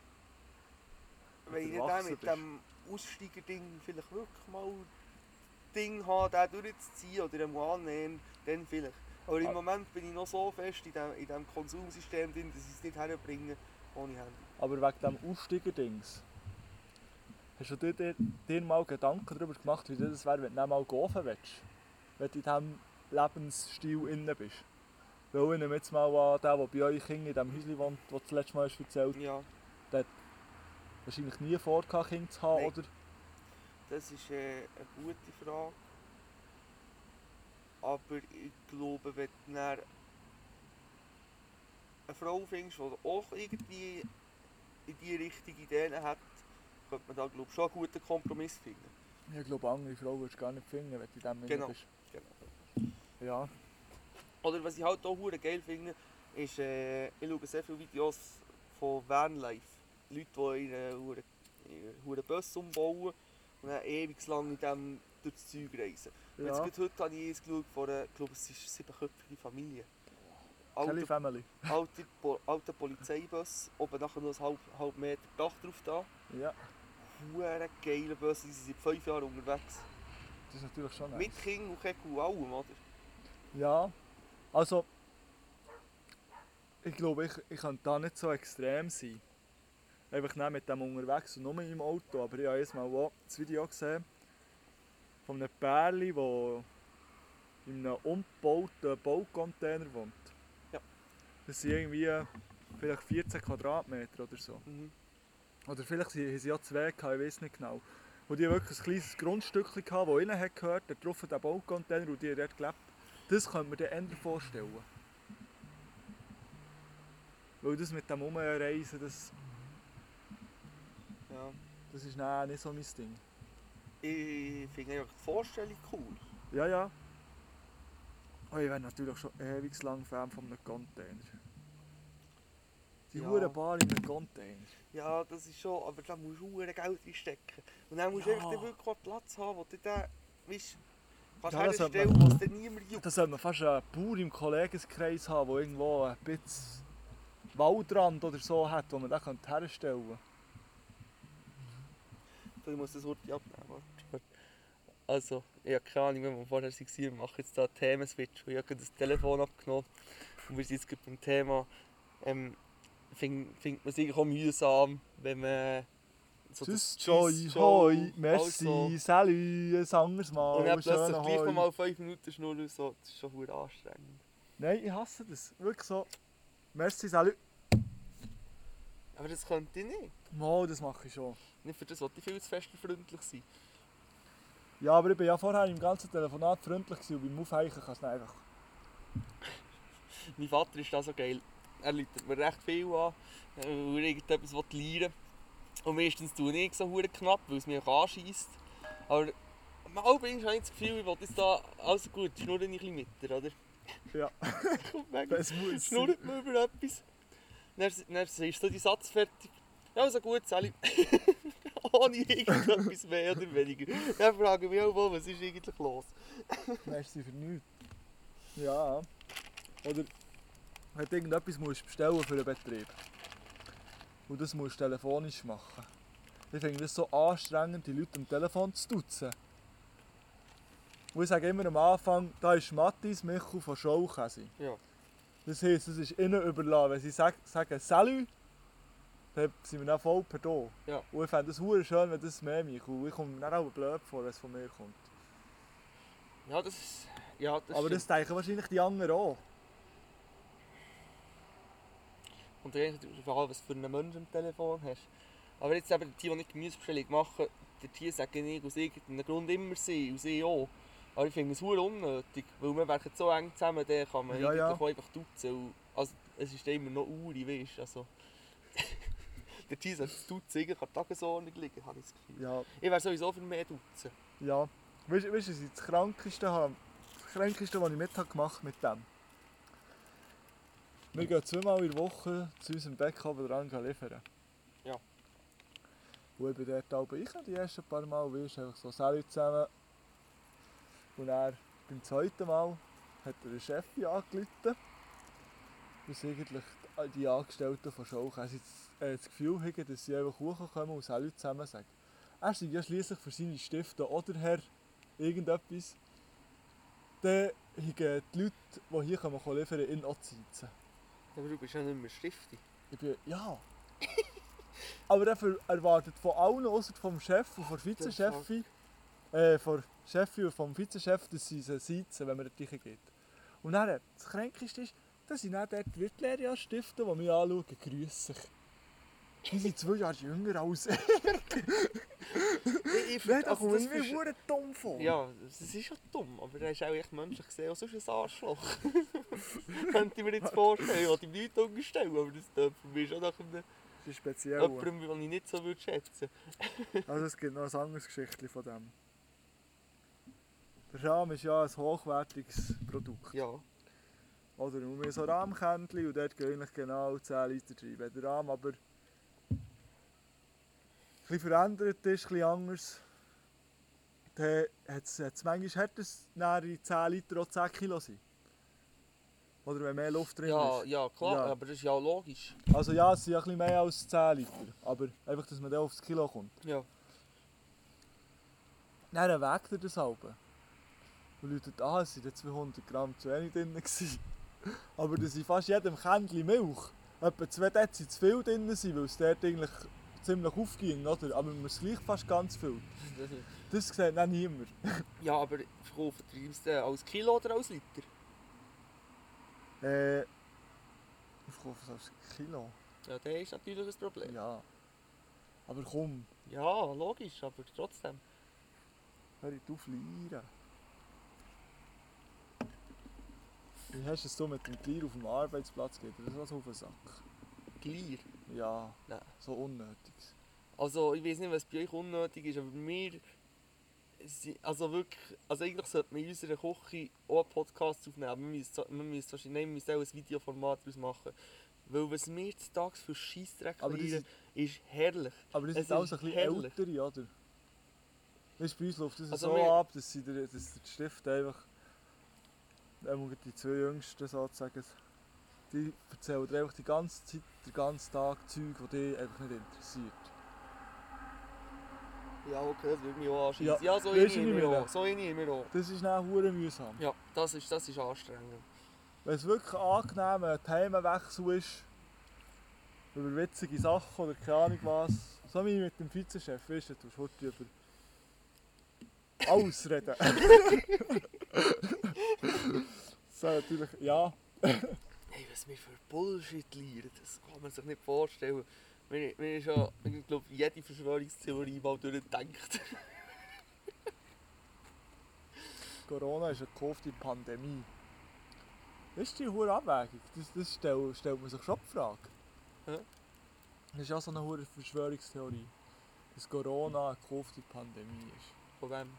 Speaker 4: Wenn ich
Speaker 3: du
Speaker 4: dann
Speaker 3: erwachsen
Speaker 4: mit
Speaker 3: bist.
Speaker 4: dem Aussteiger-Ding vielleicht wirklich mal Ding habe, den durchzuziehen oder den mal annehmen, dann vielleicht. Aber
Speaker 3: Ah.
Speaker 4: im Moment bin ich noch so fest in diesem in dem Konsumsystem drin, dass ich es nicht herbringe ohne Handy.
Speaker 3: Aber wegen dem Aufsteiger-Dings. Hast du dir, dir, dir mal Gedanken darüber gemacht, wie das wäre, wenn du dann mal gehen willst? Wenn du in diesem Lebensstil inne bist. Weil ich nehme jetzt mal an, der, der bei euch Kindern in diesem Häuschen wohnt, das du das letzte Mal hast erzählt hast,
Speaker 4: Ja,
Speaker 3: wahrscheinlich nie vorgehabt, Kinder zu haben,
Speaker 4: Nein.
Speaker 3: oder?
Speaker 4: das ist äh, eine gute Frage. Aber ich glaube, wenn du dann eine Frau findest, die auch irgendwie in die Richtung Ideen hat, könnte man da glaube ich, schon einen guten Kompromiss finden.
Speaker 3: Ich glaube, andere Frauen würdest du gar nicht finden, wenn du in diesem
Speaker 4: Genau.
Speaker 3: inne bist.
Speaker 4: Genau.
Speaker 3: Ja.
Speaker 4: Oder was ich halt auch hure geil finde, ist, äh, ich schaue sehr viele Videos von Vanlife. Leute, die ihren hure- ihren hure Bus umbauen und dann ewig lang in dem durch das Zeug reisen. Und Jetzt
Speaker 3: ja.
Speaker 4: gerade heute habe ich eins geschaut von einer, ich glaube es ist eine siebenköpfige Familie.
Speaker 3: Kelly
Speaker 4: Alter,
Speaker 3: Family.
Speaker 4: alter, Po- alter Polizeibus, oben nachher noch ein halb, halb Meter Dach drauf da.
Speaker 3: Ja,
Speaker 4: Hure geile Bus, die sind seit fünf Jahren unterwegs.
Speaker 3: das ist natürlich schon
Speaker 4: Mit
Speaker 3: nice.
Speaker 4: Kind und Keku und allem, oder?
Speaker 3: Ja, also ich glaube, ich, ich kann da nicht so extrem sein. Einfach nicht mit dem unterwegs und nur im Auto. Aber ich habe jetzt mal auch das Video gesehen von einem Pärchen, der in einem umgebauten Baucontainer wohnt.
Speaker 4: Ja.
Speaker 3: Das sind irgendwie vielleicht 14 Quadratmeter oder so.
Speaker 4: Mhm.
Speaker 3: Oder vielleicht sie- haben sie ja zwei gehabt, ich weiß nicht genau. Und die haben wirklich ein kleines Grundstückchen gehabt, das ihnen hat gehört, da drauf der Baucontainer und die haben dort gelebt. Das könnte man dir eher vorstellen. Weil das mit dem Umreisen, das Das ist nein, nicht so mein Ding.
Speaker 4: Ich finde eigentlich die Vorstellung cool.
Speaker 3: Ja, ja. Oh, ich wäre natürlich schon ewig lang Fan von einem Container. Die
Speaker 4: Ja.
Speaker 3: hure Bar in einem Container.
Speaker 4: Ja, das ist schon, aber da musst du verdammt Geld reinstecken. Und dann musst du
Speaker 3: Ja.
Speaker 4: einfach dann wirklich auch Platz haben, wo du den, weißt, kannst
Speaker 3: Ja, das sollte
Speaker 4: herstellen,
Speaker 3: man-
Speaker 4: was dann niemand juckt.
Speaker 3: Da sollte man fast einen Bauer im Kollegenkreis haben, der irgendwo ein bisschen Waldrand oder so hat, wo man den könnte herstellen könnte.
Speaker 4: Ich muss das Urteil abnehmen, warte, warte. Also, ich habe keine Ahnung, wie wir vorher waren, wir machen jetzt da einen Themenswitch. Ich habe gerade das Telefon abgenommen und wir sind jetzt gerade beim Thema. Ähm, find- Findet man es eigentlich auch mühsam, wenn man so
Speaker 3: Tschüss,
Speaker 4: das
Speaker 3: Joy,
Speaker 4: Tschüss,
Speaker 3: Hoi,
Speaker 4: Joe,
Speaker 3: merci,
Speaker 4: also-
Speaker 3: salut, ein anderes Mal.
Speaker 4: Und dann
Speaker 3: schönen
Speaker 4: plötzlich gleich
Speaker 3: Hoi.
Speaker 4: nochmal 5 Minuten schnurren und so, das ist schon verdammt anstrengend.
Speaker 3: Nein, ich hasse das. Wirklich so. Merci, salut.
Speaker 4: Aber das könnte ich nicht.
Speaker 3: Mal, das mache ich schon.
Speaker 4: Nicht für das wollte ich viel zu fest freundlich sein.
Speaker 3: Ja, aber ich bin ja vorher im ganzen Telefonat freundlich gewesen und beim Aufheichen kannst du dann einfach...
Speaker 4: Mein Vater ist da so geil. Er läutet mir recht viel an, äh, weil er irgendetwas lernen will. Und meistens tue ich so hure knapp, weil es mich auch anschießt. Aber mal bin ich schon das Gefühl, ich will jetzt da... Also gut, schnurre ich ein bisschen mit dir, oder?
Speaker 3: Ja.
Speaker 4: Kommt weg.
Speaker 3: Das muss sein.
Speaker 4: Schnurrt mir über etwas. Dann, dann ist so die Satz fertig. Ja, also gut, Sally. Ohne irgendetwas mehr oder weniger. Dann frage ich mich auch mal, was ist eigentlich los?
Speaker 3: Merci für nichts. Ja. Oder wenn du irgendetwas musst bestellen für einen Betrieb und das musst du telefonisch machen. Ich finde das so anstrengend, die Leute am Telefon zu duzen. Und ich sage immer am Anfang, da ist Matthias Michel von Schaukäse.
Speaker 4: Ja.
Speaker 3: Das heisst, es ist ihnen überlassen. Wenn sie sag- sagen «Salü», dann sind wir dann voll per Do.
Speaker 4: Ja.
Speaker 3: Und ich fände das hure schön, wenn das mehr mich kommt. Und ich komme mir dann auch blöd vor, wenn es von mir kommt.
Speaker 4: Ja, das ist... Ja, das
Speaker 3: Aber
Speaker 4: stimmt.
Speaker 3: das denken wahrscheinlich die anderen auch.
Speaker 4: Und eigentlich darauf an, was für einen Menschen am Telefon hast. Aber jetzt eben die, die ich Gemüsebestellung mache, der Tier sage ich aus irgendeinem Grund immer sie, aus ich auch. Aber ich finde es hure unnötig, weil wir werken so eng zusammen, dann kann man
Speaker 3: Ja,
Speaker 4: eigentlich
Speaker 3: ja.
Speaker 4: auch einfach duzen. Und- Also es ist dann immer noch Uri, weißt du, also... der Tier sagt, das Duzen eigentlich an der Tagesordnung liegen, habe ich das Gefühl.
Speaker 3: Ja,
Speaker 4: Ich wäre sowieso für mehr Duzen.
Speaker 3: ja. Weißt du, weißt du, was ich das Krankeste habe? Das Krankeste, was ich mit habe gemacht mit dem. Wir gehen zweimal in der Woche zu unserem Bäckhofen dran liefern.
Speaker 4: Ja.
Speaker 3: Und ich bin dort auch ich die ersten paar Mal, weißt du, einfach so Salut zusammen. Und er beim zweiten Mal hat er den Chef angerufen. Dass eigentlich die- die Angestellten von Schaukäse das, äh, das Gefühl haben, dass sie einfach hochkommen und Salut zusammen sagen. Er sei ja schließlich für seine Stifte oder Herr irgendetwas. Dann haben die Leute, die hier kommen, kommen liefern, ihn auch zu sitzen.
Speaker 4: Aber du bist ja nicht mehr Stifti.
Speaker 3: Ich bin, ja. Aber dafür erwartet von allen, außer vom Chef und von der Vizechefin, äh, von der Chefin und vom Vizechef, dass sie sie sitzen, wenn man dort reingeht. Und dann, das Kränkeste ist, dass sind dann dort Wirtlehrer stiften, die mich anschauen, grüssen. Die sind zwei Jahre jünger als ich.
Speaker 4: Ich, ich,
Speaker 3: Nein, da
Speaker 4: also
Speaker 3: kommt
Speaker 4: das
Speaker 3: mir
Speaker 4: verste-
Speaker 3: verdammt dumm vor.
Speaker 4: Ja, das ist ja dumm, aber er ist auch echt menschlich gesehen auch sonst ein Arschloch. Könnte ich mir jetzt vorstellen, ich will ihm nichts unterstellen, aber das tönt für mich schon nach einem,
Speaker 3: Das ist speziell.
Speaker 4: jemandem, den ich nicht so würde schätzen
Speaker 3: Also es gibt noch ein anderes Geschichtchen von dem. Der Rahm ist ja ein hochwertiges Produkt.
Speaker 4: Ja,
Speaker 3: Oder nur mehr so Rahmkändchen und dort gehen eigentlich genau 10 Liter rein. Wenn der Rahm aber ein bisschen verändert ist, ein bisschen anders, dann hat es hat's manchmal härter, dass nachher 10 Liter auch 10 Kilo sind. Oder wenn mehr Luft drin
Speaker 4: ja,
Speaker 3: ist.
Speaker 4: ja klar,
Speaker 3: Ja.
Speaker 4: aber das ist ja auch logisch.
Speaker 3: Also ja, es sind ein bisschen mehr als 10 Liter. Aber einfach, dass man dann aufs Kilo kommt.
Speaker 4: Ja.
Speaker 3: Dann wägt er das Alben. Und Leute, ah, es waren dann 200 Gramm zu wenig drin. gewesen. Aber das sind fast jedem Kännchen Milch. Etwa zwei Dezi zu viel drin, waren, weil es dort eigentlich ziemlich aufging, oder? Aber man es gleich fast ganz viel. Das sieht dann niemand.
Speaker 4: ja, aber verkaufen die es denn als Kilo oder als Liter?
Speaker 3: Äh, ich kaufe es als Kilo.
Speaker 4: Ja, das ist natürlich ein Problem. Ja,
Speaker 3: Ja. Aber komm,
Speaker 4: logisch, aber trotzdem.
Speaker 3: hör ich auf, Lieren. Wie hast du es so mit dem Tier auf dem Arbeitsplatz gegeben? Das ist was auf den Sack.
Speaker 4: Glier.
Speaker 3: Ja,
Speaker 4: Nein.
Speaker 3: so unnötig.
Speaker 4: Also ich weiß nicht, was bei euch unnötig ist, aber wir... sind- Also wirklich, also eigentlich sollte man in unserer Küche auch einen Podcast aufnehmen, aber wir müssen, wir müssen wahrscheinlich nein, wir müssen auch ein Videoformat daraus machen. Weil was wir jetzt tags für Scheissdreck
Speaker 3: Aber die
Speaker 4: liefern, ist herrlich.
Speaker 3: Aber das
Speaker 4: Es
Speaker 3: sind alles
Speaker 4: ist
Speaker 3: ein bisschen
Speaker 4: herrlich.
Speaker 3: ältere, oder? Weißt, bei uns läuft das
Speaker 4: Also
Speaker 3: so
Speaker 4: wir-
Speaker 3: ab, dass, sie der, dass der Stift einfach. Einmal die zwei Jüngsten sozusagen. Die erzählen dir einfach die ganze Zeit, den ganzen Tag Zeug, die dich einfach nicht interessiert.
Speaker 4: Ja, okay, das würde mich auch anschießen.
Speaker 3: Ja,
Speaker 4: Ja, so
Speaker 3: weisst
Speaker 4: eine
Speaker 3: du, wie
Speaker 4: haben wir
Speaker 3: wir
Speaker 4: auch.
Speaker 3: reden?
Speaker 4: So eine haben wir auch.
Speaker 3: Das ist dann hure mühsam.
Speaker 4: Ja, das ist, das ist anstrengend.
Speaker 3: Wenn es wirklich angenehm ein Themenwechsel ist, über witzige Sachen oder keine Ahnung was, so wie mit dem Vizechef, weißt du, du heute über alles reden. so, natürlich, ja,
Speaker 4: Hey, was wir für Bullshit lernen, das kann man sich nicht vorstellen. Wir, wir haben schon, ich glaube, jede Verschwörungstheorie mal durchgedacht.
Speaker 3: Corona ist eine gekaufte Pandemie. Das ist die hohe Abwägung, das, das stell, stellt man sich schon die Frage.
Speaker 4: Ja.
Speaker 3: Das ist ja so eine hohe Verschwörungstheorie, dass Corona eine gekaufte Pandemie ist.
Speaker 4: Von wem?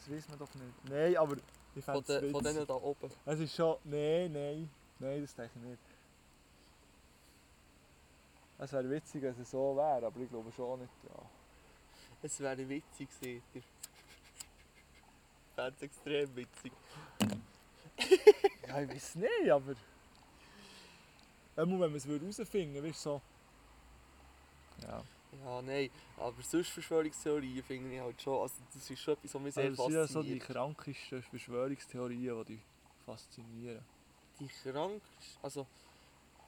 Speaker 3: Das weiß man doch nicht. Nein, aber ich
Speaker 4: Von,
Speaker 3: fände
Speaker 4: de,
Speaker 3: es
Speaker 4: von
Speaker 3: witzig.
Speaker 4: denen da oben.
Speaker 3: Es ist schon... Nein, nein. Nein, das denke ich nicht. Es wäre witzig, wenn es so wäre, aber ich glaube schon nicht. Ja.
Speaker 4: Es wäre witzig gewesen. Fände es extrem witzig.
Speaker 3: ja, ich weiß nicht, aber... Einmal, wenn man es herausfinden würde, weißt du, so... Ja.
Speaker 4: Ja, nein, aber sonst Verschwörungstheorien finde ich halt schon, also das ist schon etwas, was mich sehr
Speaker 3: das Also, sind ja so die
Speaker 4: fasziniert.
Speaker 3: krankesten Verschwörungstheorien, die dich faszinieren.
Speaker 4: die krank, also,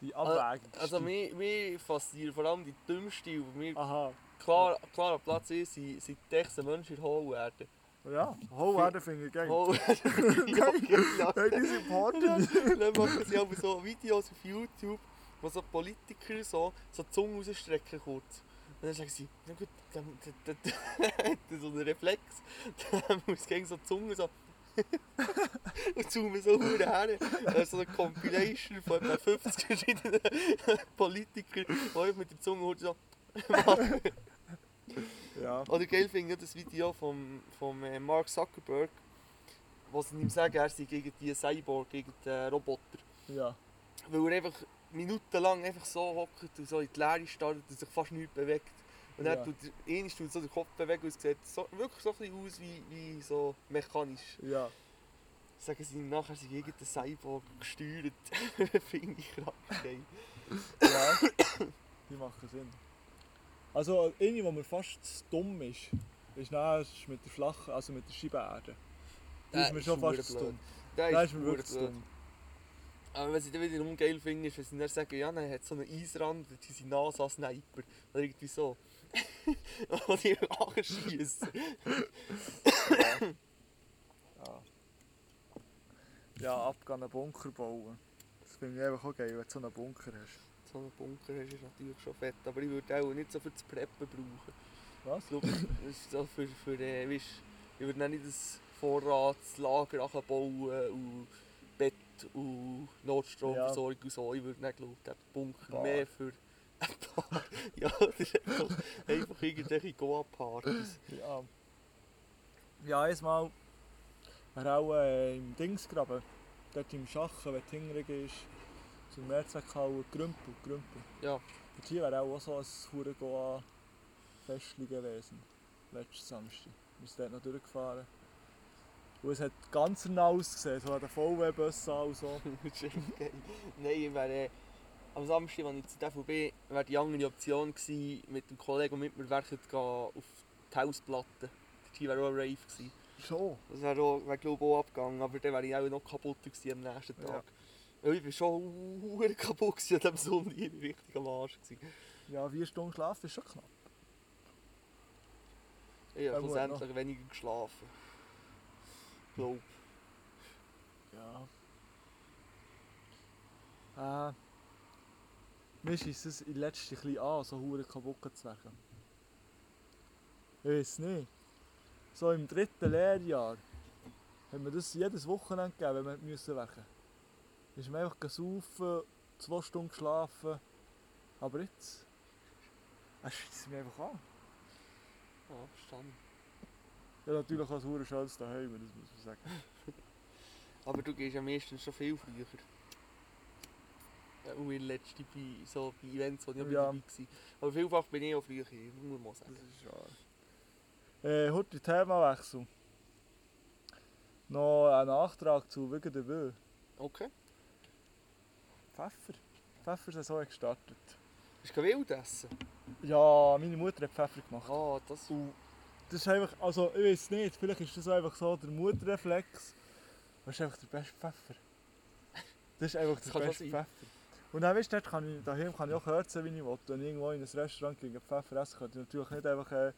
Speaker 3: Die abwägendsten.
Speaker 4: also mir, mir faszinieren vor allem die dümmsten, und mir
Speaker 3: Aha.
Speaker 4: klar, klar an Platz ist, sind, sind die echten Menschen in der Hohlerde.
Speaker 3: Ja, Hohlwerdenfinger, gell?
Speaker 4: ja,
Speaker 3: Hey, die sind
Speaker 4: Ja,
Speaker 3: Partys.
Speaker 4: dann machen sie aber so Videos auf YouTube, wo so Politiker so, so die Zunge rausstrecken kurz. Und dann sagen sie, na gut, dann, dann, dann, dann so ein Reflex, dann muss gegen so die Zunge so und zoomen so hoch her. Das ist so eine Compilation von etwa 50 verschiedenen Politikern, die einfach mit der Zunge hoch so
Speaker 3: Ja.
Speaker 4: Oder geil finde ich auch das Video von vom, äh, Mark Zuckerberg, was ihm sagen, er sei gegen die Cyborg, gegen den Roboter.
Speaker 3: Ja.
Speaker 4: Weil er einfach minutenlang einfach so hockt und so in die Leere starrt und sich fast nichts bewegt. Und dann
Speaker 3: Ja.
Speaker 4: tut er eines tut so den Kopf bewegen und es sieht so, wirklich so ein bisschen aus wie, wie so mechanisch.
Speaker 3: Ja.
Speaker 4: Sagen sie ihm nachher, sie gegen den Cyborg gesteuert. finde ich gerade geil.
Speaker 3: Ja, die machen Sinn. Also eine, die mir fast zu dumm ist, ist nachher ist mit der flachen, also mit der Scheibenerde. Die
Speaker 4: Der
Speaker 3: ist mir
Speaker 4: ist
Speaker 3: schon
Speaker 4: verdammt
Speaker 3: fast zu
Speaker 4: blöd.
Speaker 3: dumm.
Speaker 4: Der
Speaker 3: Das ist mir wirklich zu
Speaker 4: verdammt blöd.
Speaker 3: dumm.
Speaker 4: Aber was ich dann wiederum geil finde, ist, wenn sie dann sagen, ja, er hat so einen Eisrand und diese NASA-Sniper. Oder irgendwie so. Und die anschießen.
Speaker 3: Ja. ja, abgehen einen Bunker bauen. Das finde ich einfach auch geil, wenn du so einen Bunker hast.
Speaker 4: So einen Bunker hast, ist natürlich schon fett. Aber ich würde auch nicht so für das Preppen brauchen.
Speaker 3: Was?
Speaker 4: Ich glaube, das ist so für, für äh, weißt, ich würde dann nicht das Vorratslager bauen und Bett und Notstromversorgung und so. Ich würde dann, glaube ich, den Bunker
Speaker 3: Bar.
Speaker 4: mehr für ein paar. ja, das ist einfach, einfach irgendwelche Goa-Partys.
Speaker 3: Ja. Ja, einmal war auch äh, im Dingsgraben, dort im Schachen, wenn du hinterher gehst, zum Mehrzweckhalle, Grümpel, Grümpel.
Speaker 4: Ja.
Speaker 3: Und hier wäre auch so ein Hurengoa Festchen gewesen, letzten Samstag. Wir sind dort noch durchgefahren. Und es hat ganz nah ausgesehen, so der VW-Bus an und so.
Speaker 4: Das ist echt geil. Nein, ich wäre, am Samstag, als ich zu DVB wäre die andere Option gewesen, mit dem Kollegen, der mit mir werket, zu gehen auf die Hausplatte. Dort wäre auch ein Rave gewesen.
Speaker 3: Schon?
Speaker 4: Das wäre, auch- wäre glaube ich, auch abgegangen, aber dann wäre ich auch noch kaputt gewesen am nächsten
Speaker 3: Ja.
Speaker 4: Tag. Weil ich bin schon hu- kaputt gewesen, an diesem Sonntag ich bin richtig am Arsch. Gewesen.
Speaker 3: Ja, vier Stunden Schlaf ist schon knapp.
Speaker 4: Ich
Speaker 3: Ja,
Speaker 4: habe
Speaker 3: gut,
Speaker 4: schlussendlich weniger geschlafen. Glaub.
Speaker 3: Ja. Äh. Mir scheisst es in letzter bisschen an, so Huren kaputt zu werden. Ich weiß nicht. So im dritten Lehrjahr haben wir das jedes Wochenende gegeben, wenn wir müssen werken. Ist man einfach gesaufen, zwei Stunden geschlafen. Aber jetzt. Es schießt mich einfach an.
Speaker 4: Ja, verstanden.
Speaker 3: Ja, natürlich auch ein hure schönes daheim, das muss man sagen.
Speaker 4: Aber du gehst ja meistens schon viel früher. Ja, Und in letzte bei, so bei Events, wo ich auch
Speaker 3: Ja.
Speaker 4: dabei war. Aber vielfach bin ich auch früher, hier, muss man
Speaker 3: Das
Speaker 4: sagen.
Speaker 3: ist wahr. Äh, heute Themawechsel. Noch ein Nachtrag zu wegen der Will.
Speaker 4: Okay.
Speaker 3: Pfeffer. Pfeffersaison hat gestartet.
Speaker 4: Hast du kein Wild essen?
Speaker 3: Ja, meine Mutter hat Pfeffer gemacht.
Speaker 4: Ah, das...
Speaker 3: Das ist einfach, also ich weiß nicht, vielleicht ist das einfach so der Mutterreflex. Das ist einfach der beste Pfeffer. Das ist einfach
Speaker 4: Das
Speaker 3: der
Speaker 4: kann schon
Speaker 3: beste
Speaker 4: sein.
Speaker 3: Pfeffer. Und dann weißt du, dort kann ich, daheim kann ich auch herzen, wie ich will. Wenn ich irgendwo in ein Restaurant gegen Pfeffer essen kann, ich natürlich nicht einfach äh,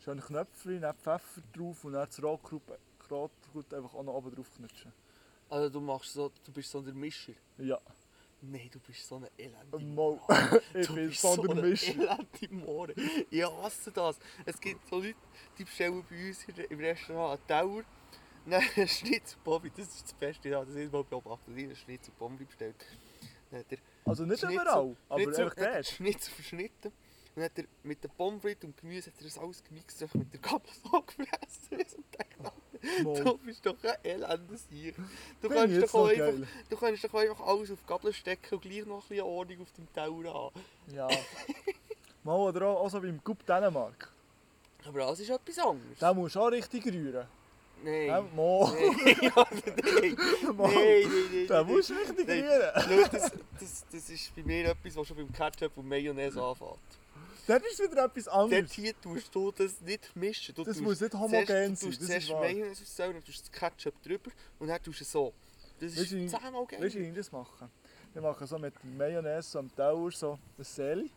Speaker 3: schön Knöpfchen, dann Pfeffer drauf und dann das Rotkraut Rotkraut einfach auch noch oben drauf knutschen.
Speaker 4: Also du machst so... Du bist so ein Mischer.
Speaker 3: Ja,
Speaker 4: Nein, du bist so ein elende
Speaker 3: mal. ich
Speaker 4: Du
Speaker 3: bin
Speaker 4: bist
Speaker 3: so der
Speaker 4: eine
Speaker 3: Misch.
Speaker 4: elende Mohren. Ich hasse das. Es gibt so Leute, die bestellen bei uns hier im Restaurant einen Tower. Nein, einen Schnitzelpommes, das ist das Beste, ja, das ist mal beobachtet. Ich habe Schnitzelpommes bestellt. Dann hat er
Speaker 3: Also nicht
Speaker 4: Schnitzel-
Speaker 3: überall, aber
Speaker 4: Schnitzel-
Speaker 3: einfach
Speaker 4: dann hat er
Speaker 3: dort.
Speaker 4: Schnitzel verschnitten. Und dann hat er mit der Pommes frites und Gemüse hat er das alles gemixt und mit der Gabel so gefressen. Und ich dachte,
Speaker 3: Mann.
Speaker 4: du bist doch ein elendes Sieg. Du
Speaker 3: Finde Oh. ich jetzt noch
Speaker 4: kannst, doch auch einfach,
Speaker 3: geil.
Speaker 4: du kannst doch auch einfach alles auf die Gabel stecken und gleich noch ein bisschen Ordnung auf dem Teller haben.
Speaker 3: Ja. Mal oder auch, auch so beim Cup Dänemark.
Speaker 4: Aber das ist etwas anderes.
Speaker 3: Da musst du auch richtig rühren.
Speaker 4: Nein.
Speaker 3: Ja, mal.
Speaker 4: Nein, ja, nein.
Speaker 3: Mal.
Speaker 4: Nein, nein, nein.
Speaker 3: Da
Speaker 4: nein,
Speaker 3: musst du richtig
Speaker 4: Nein.
Speaker 3: rühren.
Speaker 4: nein. Schau, das, das, das ist bei mir etwas, was schon beim Ketchup und Mayonnaise anfängt.
Speaker 3: Das ist wieder etwas
Speaker 4: Dort
Speaker 3: anderes.
Speaker 4: hier tust du das nicht mischen. Du
Speaker 3: Das
Speaker 4: tust
Speaker 3: muss nicht homogen
Speaker 4: zuerst-
Speaker 3: sein,
Speaker 4: Du tust
Speaker 3: das
Speaker 4: zuerst
Speaker 3: ist wahr.
Speaker 4: Mayonnaise aufs dann tust du das Ketchup drüber und dann tust du es so. Das ist
Speaker 3: Weißt du,
Speaker 4: zehnmal geil.
Speaker 3: Weißt du, wie ich das mache? Ich mache so mit Mayonnaise so am Teller so ein Seli.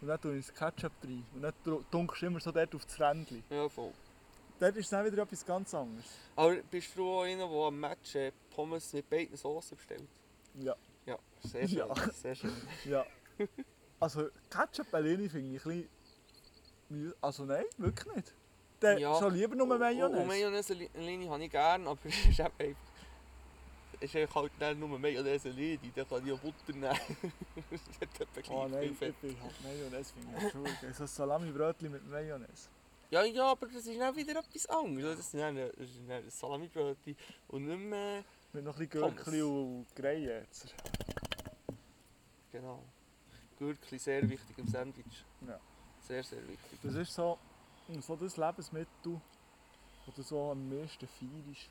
Speaker 3: Und dann tue ich das Ketchup rein. Und dann dru- dunkelst du immer so dort auf das Rändchen.
Speaker 4: Ja, voll.
Speaker 3: Dort ist es dann wieder etwas ganz anderes.
Speaker 4: Aber bist du auch einer, der am Match äh, Pommes mit beiden Soßen bestellt?
Speaker 3: Ja.
Speaker 4: Ja, sehr schön.
Speaker 3: Ja.
Speaker 4: Sehr schön.
Speaker 3: Ja. Also Ketchup alleine finde ich ein bisschen... müh- Also nein, wirklich nicht. Dann
Speaker 4: Ja.
Speaker 3: schon lieber nur
Speaker 4: Und
Speaker 3: Mayonnaise.
Speaker 4: Mayonnaise Lini habe ich gerne, aber es ist eben einfach... Es ist einfach halt dann nur Mayonnaise Lini, dann kann ich auch Butter nehmen. das hat etwa gleich
Speaker 3: Oh nein,
Speaker 4: viel
Speaker 3: ich
Speaker 4: Fett.
Speaker 3: bin halt Mayonnaise, finde ich schuldig. So ein Salami-Brötchen mit Mayonnaise.
Speaker 4: Ja, ja, aber das ist dann wieder etwas anderes. Das ist dann, das ist dann ein Salamibrötchen und nicht mehr...
Speaker 3: Mit noch ein bisschen
Speaker 4: Pommes.
Speaker 3: Gürkli und Greijäzer.
Speaker 4: Genau. Gürkli, sehr wichtig im Sandwich.
Speaker 3: Ja.
Speaker 4: Sehr, sehr wichtig.
Speaker 3: Das ist so, so das Lebensmittel, das du so am meisten feierst.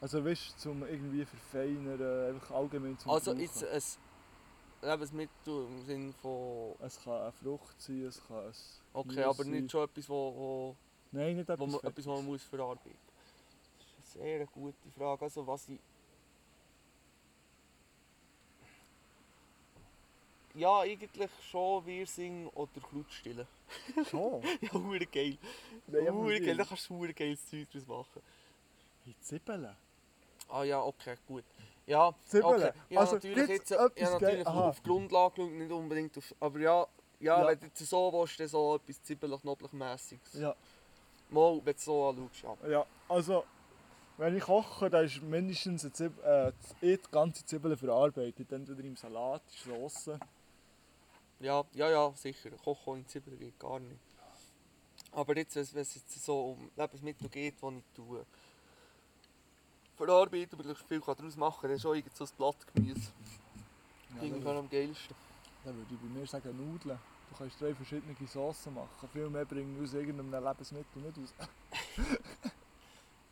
Speaker 3: Also weißt du, zum irgendwie verfeinern, einfach allgemein zum
Speaker 4: Also
Speaker 3: Brauchen.
Speaker 4: jetzt ein Lebensmittel im Sinne von...
Speaker 3: Es kann eine Frucht sein, es kann ein
Speaker 4: Okay,
Speaker 3: Gemüse
Speaker 4: aber
Speaker 3: sein.
Speaker 4: nicht schon etwas, wo... wo
Speaker 3: Nein, nicht
Speaker 4: wo
Speaker 3: etwas
Speaker 4: man,
Speaker 3: Fett.
Speaker 4: etwas, was man muss verarbeiten muss? Sehr eine gute Frage. Also was ich... Ja, eigentlich schon Wirsing oder Klutstillen.
Speaker 3: Schon?
Speaker 4: Ja, hure geil.
Speaker 3: Nein, aber
Speaker 4: Hure geil,
Speaker 3: wie?
Speaker 4: da kannst du hure geiles Zeug draus machen.
Speaker 3: In Zippeln?
Speaker 4: Ah ja, okay, gut. Ja,
Speaker 3: Zwiebeln.
Speaker 4: okay. Ja,
Speaker 3: Also,
Speaker 4: natürlich
Speaker 3: gibt's
Speaker 4: jetzt, äh, ja,
Speaker 3: etwas
Speaker 4: natürlich
Speaker 3: geil- Aha.
Speaker 4: auf die Grundlage geschaut, nicht unbedingt auf... Aber ja, ja,
Speaker 3: Ja.
Speaker 4: wenn du jetzt so willst, dann so etwas zippelig-noblich-mässiges.
Speaker 3: Ja.
Speaker 4: Mal, wenn du es so anschaust, ja.
Speaker 3: Ja, also wenn ich koche, dann ist mindestens eine Zwiebel, äh, die die ganze Zwiebel verarbeitet. Entweder im Salat, in Soße.
Speaker 4: Ja, ja, ja, sicher. Kochen ohne Zwiebeln geht gar nicht. Aber jetzt, wenn es wenn es jetzt so um Lebensmittel geht, die ich tue, verarbeiten, aber ich viel kann daraus machen dann ist auch irgend so ein Blatt Gemüse.
Speaker 3: Ja,
Speaker 4: Irgendwie
Speaker 3: dann-
Speaker 4: am geilsten.
Speaker 3: Dann würde ich bei mir sagen Nudeln. Du kannst drei verschiedene Soßen machen. Viel mehr bringen wir aus irgendeinem Lebensmittel nicht aus.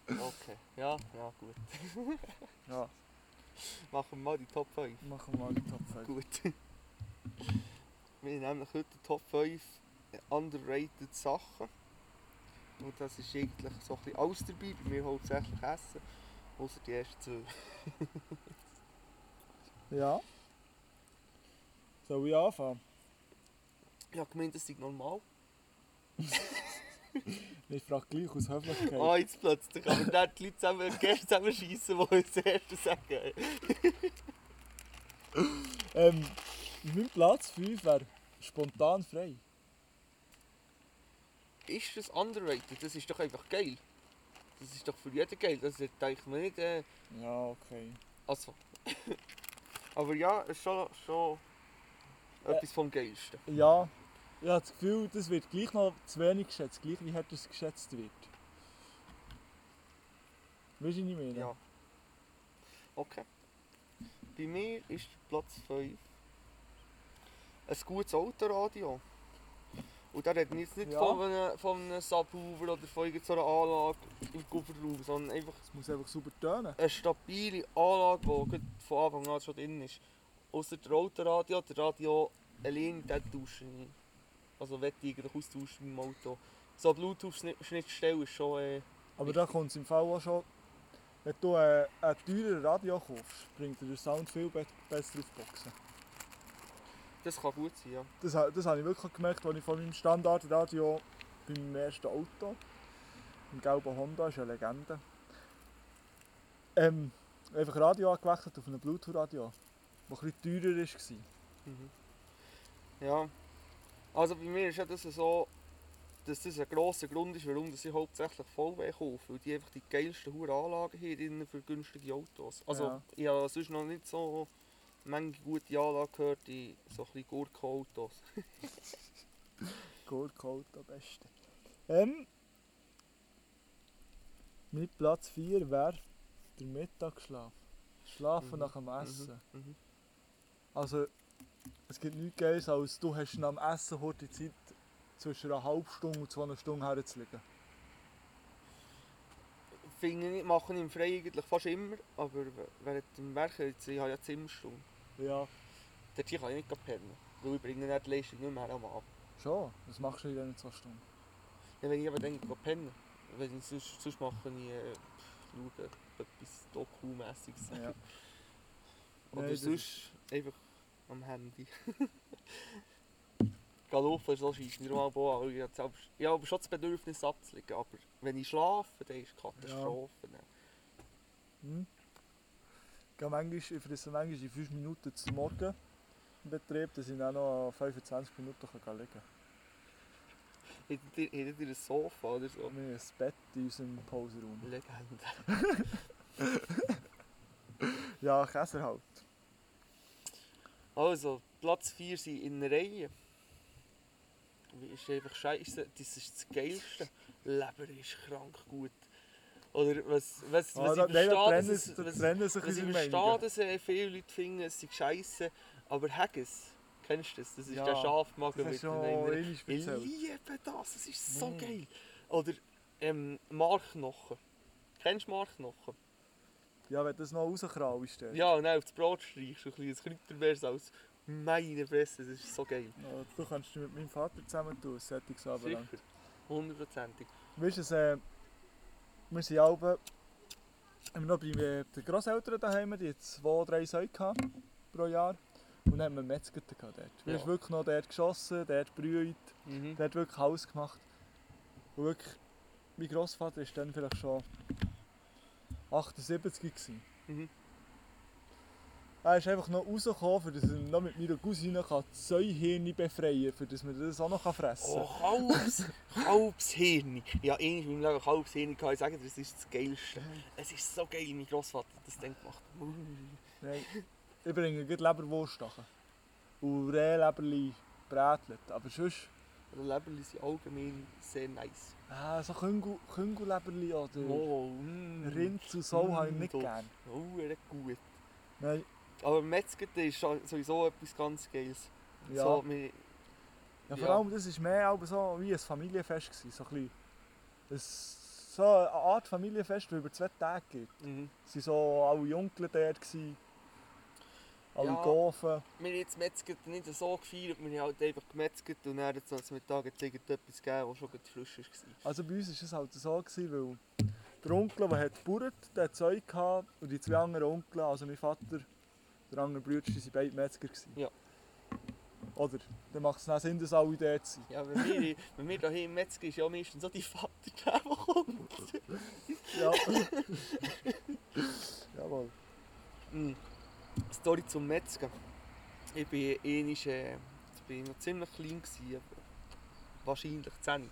Speaker 4: Okay, ja, ja, gut.
Speaker 3: Ja,
Speaker 4: Machen wir mal die Top 5.
Speaker 3: machen wir mal die Top 5.
Speaker 4: Gut. Wir haben nämlich heute die Top 5 underrated Sachen. Und das ist eigentlich so ein bisschen alles dabei, bei mir hauptsächlich Essen. Außer die ersten zwei.
Speaker 3: Ja. Soll ich anfangen?
Speaker 4: Ich habe gemeint, das sei normal.
Speaker 3: Ich frage gleich aus Höflichkeit.
Speaker 4: Ah, jetzt plötzlich. Aber dann die Leute zusammen, die Gäste zusammen schiessen, die als erstes sagen.
Speaker 3: Ähm, mein Platz 5 wäre spontan frei.
Speaker 4: Ist das underrated? Das ist doch einfach geil. Das ist doch für jeden geil. Das denke mir nicht. Äh,
Speaker 3: Ja, okay.
Speaker 4: also. Aber ja, es ist schon, schon etwas vom Geilsten.
Speaker 3: Ja, Ich habe das Gefühl, das wird gleich noch zu wenig geschätzt, gleich wie hart es geschätzt wird. Weißt du, was ich meine?
Speaker 4: Ja. Okay. Bei mir ist Platz 5 ein gutes Autoradio. Und da reden wir jetzt nicht
Speaker 3: Ja.
Speaker 4: von, einem, von einem Subwoofer oder von irgendeiner Anlage im Kofferraum, sondern einfach
Speaker 3: Es muss einfach super tönen.
Speaker 4: eine stabile Anlage, die gleich von Anfang an schon drin ist. Außer der Autoradio, der Radio allein den tauschen. ich. Also wette ich eigentlich austauschen mit dem Auto. So eine Bluetooth-Schnittstelle ist schon. Äh,
Speaker 3: Aber da kommt es im Fall auch schon. Wenn du äh, ein teurer Radio kaufst, bringt dir der Sound viel be besser auf die Boxen.
Speaker 4: das kann gut sein, ja.
Speaker 3: Das, ha- das habe ich wirklich gemerkt, als ich von meinem Standardradio beim ersten Auto, im gelben Honda, ist eine Legende, ähm, einfach Radio angewechselt auf ein Bluetooth-Radio, das ein bisschen teurer war.
Speaker 4: Mhm. Ja. Also bei mir ist ja das so, dass das ein grosser Grund ist, warum dass ich hauptsächlich VW kaufe. Weil die einfach die geilsten hure Anlagen haben drinnen für günstige Autos. Also
Speaker 3: Ja.
Speaker 4: ich habe sonst noch nicht so manche gute Anlage gehört in so ein bisschen Gurken-Autos.
Speaker 3: Gut geholt am besten. Ähm, mit Platz 4 wäre der Mittagsschlaf. Schlafen
Speaker 4: Mhm,
Speaker 3: nach dem Essen.
Speaker 4: mhm.
Speaker 3: Also, es gibt nichts Geiles, als du hast nach dem Essen heute Zeit, zwischen einer halben Stunde und zwei Stunden herzulegen.
Speaker 4: Finde ich, mache ich im Freien eigentlich fast immer, aber während dem Werken, jetzt, ich habe ja Zimmerstunde,
Speaker 3: Ja,
Speaker 4: dort kann ich nicht gleich pennen. Weil ich bringe dann die Leistung nicht mehr am Abend.
Speaker 3: schon. Was machst du in diesen zwei Stunden?
Speaker 4: Ja, wenn ich aber denke, ich gehe pennen. Wenn ich sonst, sonst mache ich äh, schaue, etwas Doku-mässiges.
Speaker 3: Ja.
Speaker 4: Oder
Speaker 3: Nein, das
Speaker 4: sonst einfach am Handy. Gehen laufen ist so scheisse, nicht mal boah, weil ich habe selbst- ich habe aber schon das Bedürfnis abzulegen, aber wenn ich schlafe, dann ist Katastrophe.
Speaker 3: Hm? Ich, gehe manchmal, ich fresse manchmal in 5 Minuten zum Morgen im Betrieb, dann sind auch noch 25 Minuten kann liegen kann.
Speaker 4: Hättet ihr- Hättet ihr ein Sofa oder so?
Speaker 3: Wir haben ein Bett in unserem Pauseraum.
Speaker 4: Legende.
Speaker 3: Ja, Käser halt.
Speaker 4: Also, Platz 4 sind in Reihe. Ist einfach scheiße, das ist das Geilste. Leber ist krank gut. Oder was, was, was
Speaker 3: Ah,
Speaker 4: ich
Speaker 3: da, nein, da trennen,
Speaker 4: verstehe,
Speaker 3: es,
Speaker 4: dass,
Speaker 3: da
Speaker 4: was,
Speaker 3: trennen sich
Speaker 4: was ich
Speaker 3: unsere
Speaker 4: verstehe,
Speaker 3: Meinungen.
Speaker 4: dass äh, viele Leute finden, es sei scheiße, aber Haggis, kennst du das? Das ist
Speaker 3: Ja,
Speaker 4: der Schafmagen
Speaker 3: Das hast
Speaker 4: mit
Speaker 3: du schon
Speaker 4: den
Speaker 3: einmal
Speaker 4: Ich
Speaker 3: speziell.
Speaker 4: liebe das, es ist so
Speaker 3: Mm.
Speaker 4: geil. Oder ähm, Markknochen. Kennst du Markknochen?
Speaker 3: Ja, wenn du das noch rauskrabbelst. dann-
Speaker 4: Ja, und dann auf das Brot streichst du ein bisschen Kräutermeersalz. Meine Fresse, das ist so geil.
Speaker 3: Ja, Du kannst dich mit meinem Vater zusammen tun, solches
Speaker 4: Sicher.
Speaker 3: Abend.
Speaker 4: Hundertprozentig.
Speaker 3: Weißt du, es, äh, wir sind alle immer noch bei äh, den Grosseltern daheim, die hatten zwei, drei Säue gehabt pro Jahr. Und dann haben wir Metzger gehabt dort. Wir
Speaker 4: Ja.
Speaker 3: haben wirklich noch dort geschossen, dort brüht,
Speaker 4: Mhm.
Speaker 3: der hat wirklich alles gemacht. Und wirklich, mein Großvater war dann vielleicht schon 78 gewesen.
Speaker 4: Mhm.
Speaker 3: Er ist einfach noch rausgekommen, für das er noch mit meiner Cousine kann die Säuhirne befreien kann, damit man das auch noch fressen
Speaker 4: Oh,
Speaker 3: kann.
Speaker 4: Kalbs, Kalbshirn. Ja, ähnlich wie im Leben Kalbshirn kann ich sagen, das ist das Geilste. Es ist so geil, mein Grossvater hat das Ding gemacht. Mm,
Speaker 3: Nein, ich bringe gleich Leberwurst nach. Und Rehleberli brätelt. Aber sonst,
Speaker 4: Die Leberli sind allgemein sehr nice.
Speaker 3: ah, so Küngu- Künguleberli oder
Speaker 4: Oh, mm.
Speaker 3: Rind zu so habe ich nicht
Speaker 4: Mm,
Speaker 3: gern.
Speaker 4: Huere gut.
Speaker 3: Nein,
Speaker 4: Aber Metzger das ist sowieso etwas ganz Geiles.
Speaker 3: ja.
Speaker 4: So, wir,
Speaker 3: Ja,
Speaker 4: Ja.
Speaker 3: vor allem, das war mehr aber so wie ein Familienfest. Gewesen, so, ein bisschen, ein, so eine Art Familienfest, das über zwei Tage geht.
Speaker 4: mhm.
Speaker 3: Es waren so alle Onkel dort, gewesen, alle
Speaker 4: Ja.
Speaker 3: Gaufen.
Speaker 4: wir haben jetzt Metzger nicht so gefeiert, wir haben halt einfach gemetzgert und dann hat es am Mittag etwas gegeben, was schon gerade frisch war.
Speaker 3: Also bei uns war es halt so, gewesen, weil der Onkel, der hat gebaut, der hat Zeug gehabt und die zwei anderen Onkel, also mein Vater, der andere Bruder, die waren beide Metzger. Gewesen.
Speaker 4: Ja.
Speaker 3: Oder? Dann macht es dann Sinn, dass alle dort sind.
Speaker 4: Ja, wenn wir, wenn wir hier im Metzger ist ja meistens so die Vater, der der kommt.
Speaker 3: Ja. Jawohl.
Speaker 4: Mm. Story zum Metzger. Ich bin ähnlich, äh, jetzt bin ich noch ziemlich klein gsi, aber wahrscheinlich 10.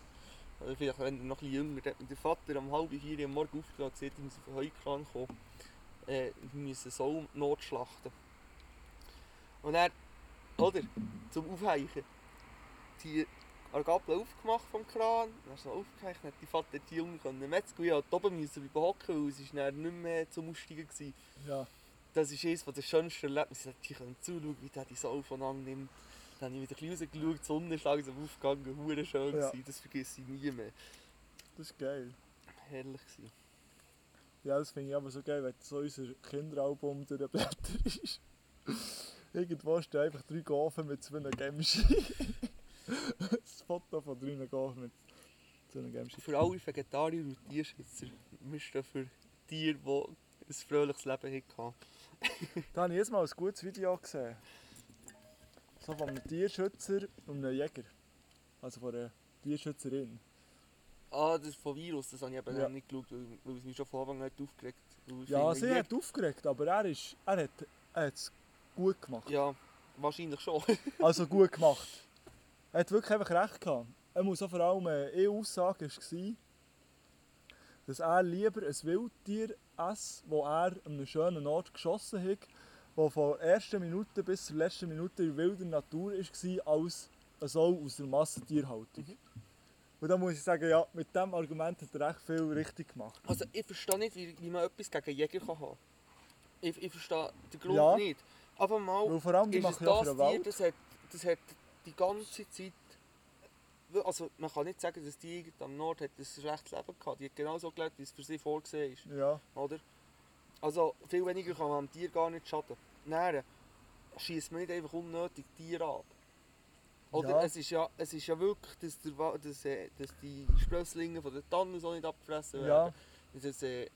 Speaker 4: Oder vielleicht wenn noch ein bisschen jünger. Da hat mir der Vater um halb vier am Morgen aufgetragen und gesagt, ich muss auf den Heukran kommen. Äh, wir müssen so notschlachten. Und er, oder, zum Aufheichen, die an der Gabel aufgemacht vom Kran, dann hast du noch aufgehängt, dann hat die Vater die Jungen können metzgen und ich musste oben müssen bleiben hocken, weil es ist dann nicht mehr zum Aussteigen war.
Speaker 3: Ja.
Speaker 4: Das ist eines der schönsten Erlebnisse, dass ich können zuschauen wie der die Sau von annimmt. Dann habe ich wieder ein bisschen rausgeschaut, die Sonne ist langsam aufgegangen, hure schön
Speaker 3: Ja.
Speaker 4: gewesen, das vergesse ich nie mehr.
Speaker 3: Das ist geil.
Speaker 4: Herrlich gewesen.
Speaker 3: Ja, das finde ich aber so geil, wenn so unser Kinderalbum durchblättert ist. Irgendwo stehen einfach drei Gafen mit zwei Gemschi. das Foto von drei Gafen mit zwei Gemschi.
Speaker 4: Für alle Vegetarier und Tierschützer, wir stehen für Tiere, die ein fröhliches Leben hatten.
Speaker 3: Da habe ich jetzt mal ein gutes Video gesehen. So von einem Tierschützer und einem Jäger. Also von einer Tierschützerin.
Speaker 4: Ah, das von Virus, das habe ich eben
Speaker 3: Ja.
Speaker 4: noch nicht geschaut, weil, weil es mich schon von Anfang an hat aufgeregt hat.
Speaker 3: Ja, sie hat aufgeregt, aber er, ist, er hat er hat's gut gemacht.
Speaker 4: Ja, wahrscheinlich schon.
Speaker 3: Also gut gemacht. Er hat wirklich einfach recht gehabt. Er muss auch vor allem, äh, ihre Aussage war, dass er lieber ein Wildtier esst, das er an einem schönen Ort geschossen hat, das von der ersten Minute bis zur letzten Minute in wilder Natur war, als ein Sau aus der Massentierhaltung. Und da muss ich sagen, ja, mit diesem Argument hat er echt viel richtig gemacht.
Speaker 4: Also ich verstehe nicht, wie, wie man etwas gegen Jäger kann haben kann. Ich, ich verstehe den Grund
Speaker 3: Ja.
Speaker 4: nicht. Aber mal
Speaker 3: Weil vor allem, die
Speaker 4: ist es
Speaker 3: machen ja für den
Speaker 4: das Tier,
Speaker 3: Wald.
Speaker 4: das hat, das hat die ganze Zeit... Also man kann nicht sagen, dass die Jäger am Nord hat ein schlechtes Leben gehabt. Die hat genau so gelebt, wie es für sie vorgesehen ist.
Speaker 3: Ja,
Speaker 4: Oder? Also viel weniger kann man dem Tier gar nicht schaden. Nähren schießt man nicht einfach unnötig Tiere ab. Oder
Speaker 3: Ja.
Speaker 4: es, ist ja, es ist ja wirklich, dass, der, Wa- dass, äh, dass die Sprösslinge von der Tannen so nicht abgefressen
Speaker 3: ja,
Speaker 4: werden. Und Das, äh,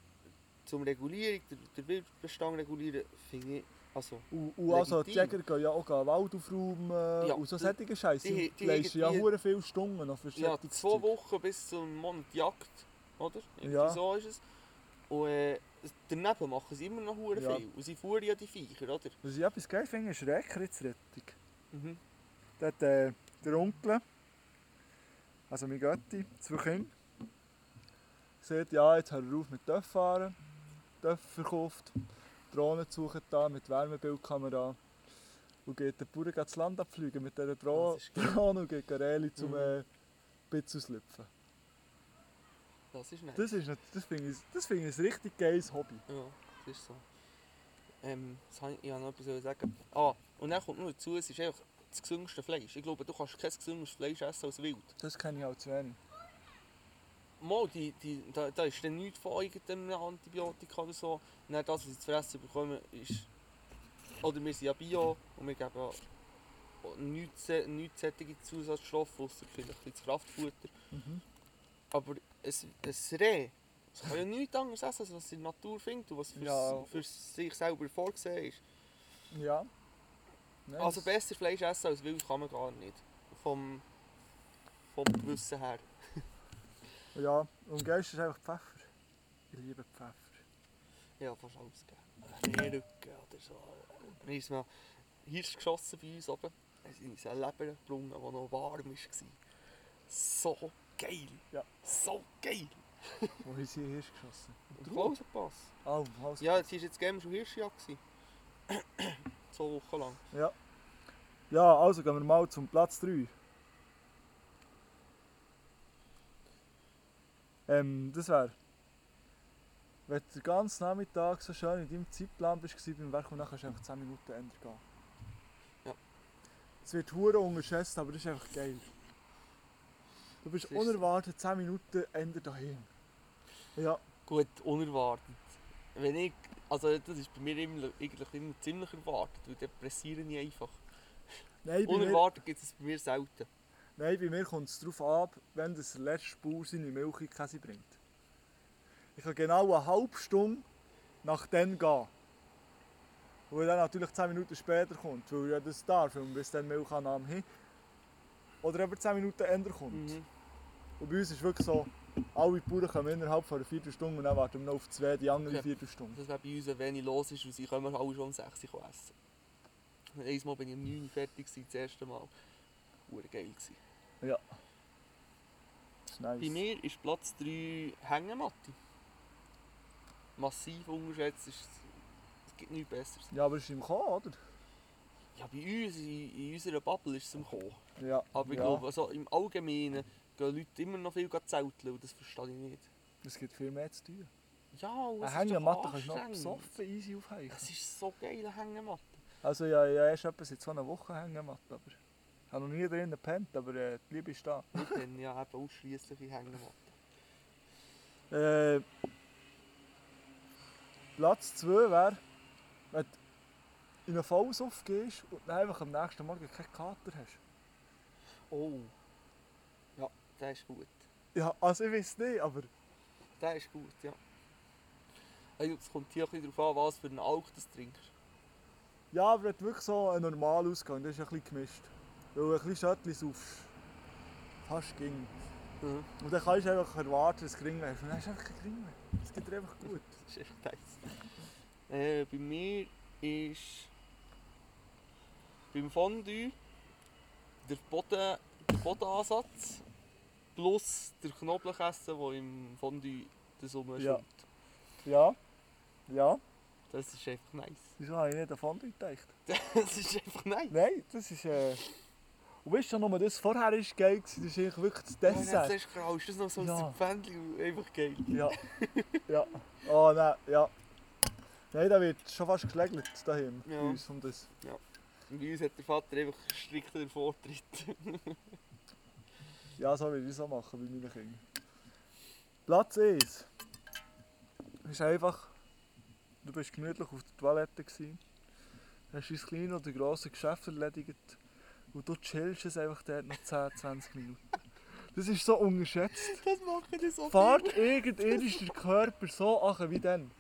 Speaker 4: zum Regulieren, der, der Wildbestand regulieren, finde ich. Also,
Speaker 3: und, und also die Jäger
Speaker 4: Legitim.
Speaker 3: gehen ja auch den Wald aufräumen
Speaker 4: Ja,
Speaker 3: und so
Speaker 4: die-
Speaker 3: solche Scheiße.
Speaker 4: die-
Speaker 3: Die,
Speaker 4: die-
Speaker 3: leisten ja
Speaker 4: die-
Speaker 3: hure viele Stunden noch für
Speaker 4: ja,
Speaker 3: solche
Speaker 4: zwei
Speaker 3: Zeug.
Speaker 4: Wochen bis zum Monat Jagd, oder? Irgendwie
Speaker 3: Ja.
Speaker 4: so ist es. Und äh, daneben machen sie immer noch hure
Speaker 3: Ja.
Speaker 4: viel. Und sie fuhren ja die Viecher, oder?
Speaker 3: Was ich etwas geil finde, ist Reckritzrettung. Mhm. Da hat äh, der Onkel, also mein Götti, zwei Kinder, sagt, ja, jetzt hört er auf mit Dörf fahren. Dörf verkauft, Drohnen suchen da mit Wärmebildkamera. Und geht der Bauer gleich das Land abfliegen mit dieser Dro
Speaker 4: Das ist geil.
Speaker 3: Drohne und geht Gareli zum
Speaker 4: Mhm.
Speaker 3: äh, Bitz auslüpfen.
Speaker 4: Das ist nett.
Speaker 3: Das, ist nicht- das finde ich, das finde ich ein richtig geiles Hobby.
Speaker 4: Ja, das ist so. Ähm, das hab ich, ich hab noch etwas zu sagen. Ah, und dann kommt noch dazu, es ist einfach das gesündeste Fleisch. Ich glaube, du kannst kein gesünderes Fleisch essen als wild.
Speaker 3: Das kenne ich auch zu wenig.
Speaker 4: Mal, die, die, da, da ist dann nichts von irgendeinem Antibiotika oder so. Und dann das, was sie zu fressen bekommen, ist... Oder wir sind ja Bio und wir geben ja nichts, nichts solche Zusatzstoffe, außer vielleicht ein bisschen Kraftfutter. Aber ein, ein Reh, es kann ja nichts anderes essen, als was die Natur findet und was für,
Speaker 3: Ja.
Speaker 4: für sich selber vorgesehen ist.
Speaker 3: Ja. Nice.
Speaker 4: Also besser Fleisch essen als Wild kann man gar nicht. Vom, vom Gewissen her.
Speaker 3: Ja, und Geist ist einfach Pfeffer. Ich liebe Pfeffer.
Speaker 4: Ja, fast alles gegeben. Rehrücken oder so. Dann ist mal Hirsch geschossen bei uns oben. Es ist ein Leberbrunnen, der noch warm war. So geil.
Speaker 3: Ja.
Speaker 4: So geil.
Speaker 3: Wo haben sie Hirsch geschossen?
Speaker 4: Und der Klausenpass.
Speaker 3: Ah, im Hals.
Speaker 4: Ja, jetzt war jetzt Game schon Hirschjagd. gewesen. Zwei Wochen lang.
Speaker 3: ja. Ja, also gehen wir mal zum Platz 3. Ähm, das wäre... Wenn du den ganzen Nachmittag so schön in deinem Zeitplan bist, gewesen beim Werk und dann kannst du einfach 10 Minuten ändern gehen.
Speaker 4: Ja.
Speaker 3: Es wird hure unterschätzt, aber das ist einfach geil. Du bist
Speaker 4: Das ist so.
Speaker 3: unerwartet 10 Minuten ändern daheim. Ja.
Speaker 4: Gut, unerwartet. Wenn ich, also das ist bei mir immer, eigentlich immer ziemlich erwartet, weil dann pressiere ich einfach.
Speaker 3: Nein, bei mir,
Speaker 4: Unerwartet gibt es bei mir selten.
Speaker 3: nein, bei mir kommt es darauf ab, wenn das letzte Bauer seine Milch in die Käse bringt. Ich kann genau eine halbe Stunde nach dem gehen. Wo er dann natürlich 10 Minuten später kommt, weil er ja das darf, und bis dann die Milchnahme hin. Oder eben 10 Minuten ändern kommt.
Speaker 4: Mhm.
Speaker 3: Und bei uns ist wirklich so, alle Bauern kommen innerhalb von einer Viertelstunde und dann warten wir noch auf zwei, die andere
Speaker 4: Ja.
Speaker 3: Viertelstunde.
Speaker 4: Das wäre bei uns, wenn ich los ist, und sie können wir alle schon um 6 Uhr essen. Und einmal bin ich um 9 Uhr fertig, gewesen, das erste Mal. Hure geil gewesen.
Speaker 3: Das ist nice.
Speaker 4: Bei mir ist Platz 3 Hängematte. Massiv unterschätzt, es es gibt nichts Besseres.
Speaker 3: Ja, aber es ist im K, oder?
Speaker 4: Ja, bei uns, in, in unserer Bubble ist es im Kommen.
Speaker 3: Ja.
Speaker 4: Aber ich
Speaker 3: ja.
Speaker 4: glaube, also im Allgemeinen gehen Leute immer noch viel zelteln und das verstehe ich nicht.
Speaker 3: Es gibt viel mehr zu tun.
Speaker 4: Ja, und es
Speaker 3: Eine
Speaker 4: ist
Speaker 3: Hängematte
Speaker 4: doch
Speaker 3: kannst du noch
Speaker 4: anstrengend.
Speaker 3: besoffen easy aufhängen.
Speaker 4: Es ist so geil, eine Hängematte.
Speaker 3: Also ja, ja erst etwa seit so einer Woche Hängematte, aber... Ich habe noch nie drin gepennt, aber äh, die Liebe ist da.
Speaker 4: Ich bin ja eben ausschliesslich in Hängematte.
Speaker 3: Äh, Platz 2 wäre, wenn du in einen Fallsuff gehst und dann einfach am nächsten Morgen keinen Kater hast.
Speaker 4: Oh. Ja, der ist gut.
Speaker 3: Ja, also ich weiß nicht, aber
Speaker 4: Der ist gut, ja. Hey, und Es kommt hier ein bisschen darauf an, was für einen Alk du trinkst.
Speaker 3: ja, aber wenn du wirklich so einen normalen Ausgang, das ist ein bisschen gemischt. Weil ein bisschen Schöttli saufst. Fast ging.
Speaker 4: Mhm.
Speaker 3: Und dann kannst du einfach erwarten, dass du Gring hast. Und dann hast du einfach keinen Gring mehr. Das geht dir einfach gut.
Speaker 4: Das ist echt nice. Äh, bei mir ist... Beim Fondue der, Boden, der Bodenansatz plus der Knoblauchessen, der im Fondue der Summe
Speaker 3: Ja.
Speaker 4: schwimmt.
Speaker 3: Ja. Ja.
Speaker 4: Das ist einfach nice.
Speaker 3: Wieso habe ich nicht an Fondue gedacht?
Speaker 4: Das ist einfach nice.
Speaker 3: Nein, das ist... Äh... Und weißt du, nur das vorher war geil, gewesen, das ist eigentlich wirklich das
Speaker 4: Und
Speaker 3: Dessert.
Speaker 4: jetzt hast du, ist das noch so ein
Speaker 3: Ja.
Speaker 4: ja. Pfändchen, einfach geil.
Speaker 3: Ja. ja. Oh nein, ja. Nein, da wird schon fast geschlägelt daheim.
Speaker 4: Ja.
Speaker 3: Bei uns um das.
Speaker 4: Und Bei uns hat der Vater einfach strikt den Vortritt.
Speaker 3: Ja, so würde ich es auch machen bei meinen Kindern. Platz 1 ist einfach, du bist gemütlich auf der Toilette gewesen, hast dein kleines oder grosses Geschäft erledigt und du chillst es einfach dort noch 10, 20 Minuten. Das ist so unterschätzt.
Speaker 4: Das machen die so
Speaker 3: Fahrt irgendwann ist der Körper so an wie dann.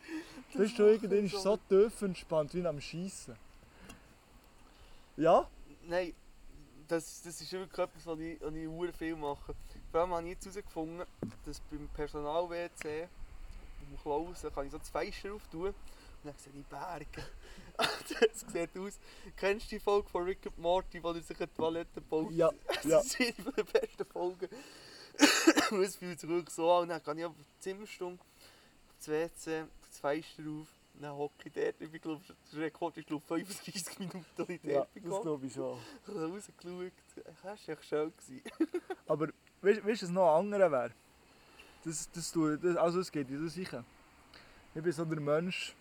Speaker 3: Das ist schon irgendwann ist so tief entspannt wie am Schießen. Ja?
Speaker 4: Nein, das, das ist wirklich etwas, was ich, was ich sehr viel mache. Vor allem habe ich jetzt herausgefunden, dass beim Personal-WC, beim Klausen, kann ich so das Fenster auftun und dann sehe ich Berge. das sieht aus. Kennst du die Folge von Rick and Morty, wo er sich eine Toilette baut?
Speaker 3: Ja. ja.
Speaker 4: Das ist eine der besten Folgen. Und es fühlt sich wirklich so an. Und dann gehe ich auf die Zimmerstunde, auf das WC, auf das Fenster auf. und Dann hocke ich dort. Ich glaube, der Rekord ist glaub, 35 Minuten, die ich
Speaker 3: ja
Speaker 4: dort
Speaker 3: das
Speaker 4: bin.
Speaker 3: glaube ich schon.
Speaker 4: Ich habe rausgeschaut. Äh, Das war echt schön. gewesen.
Speaker 3: Aber weißt weißt du, was noch ein anderer wäre? Das, das, tue ich- das, also es geht in das sicher. Ich bin so der Mensch,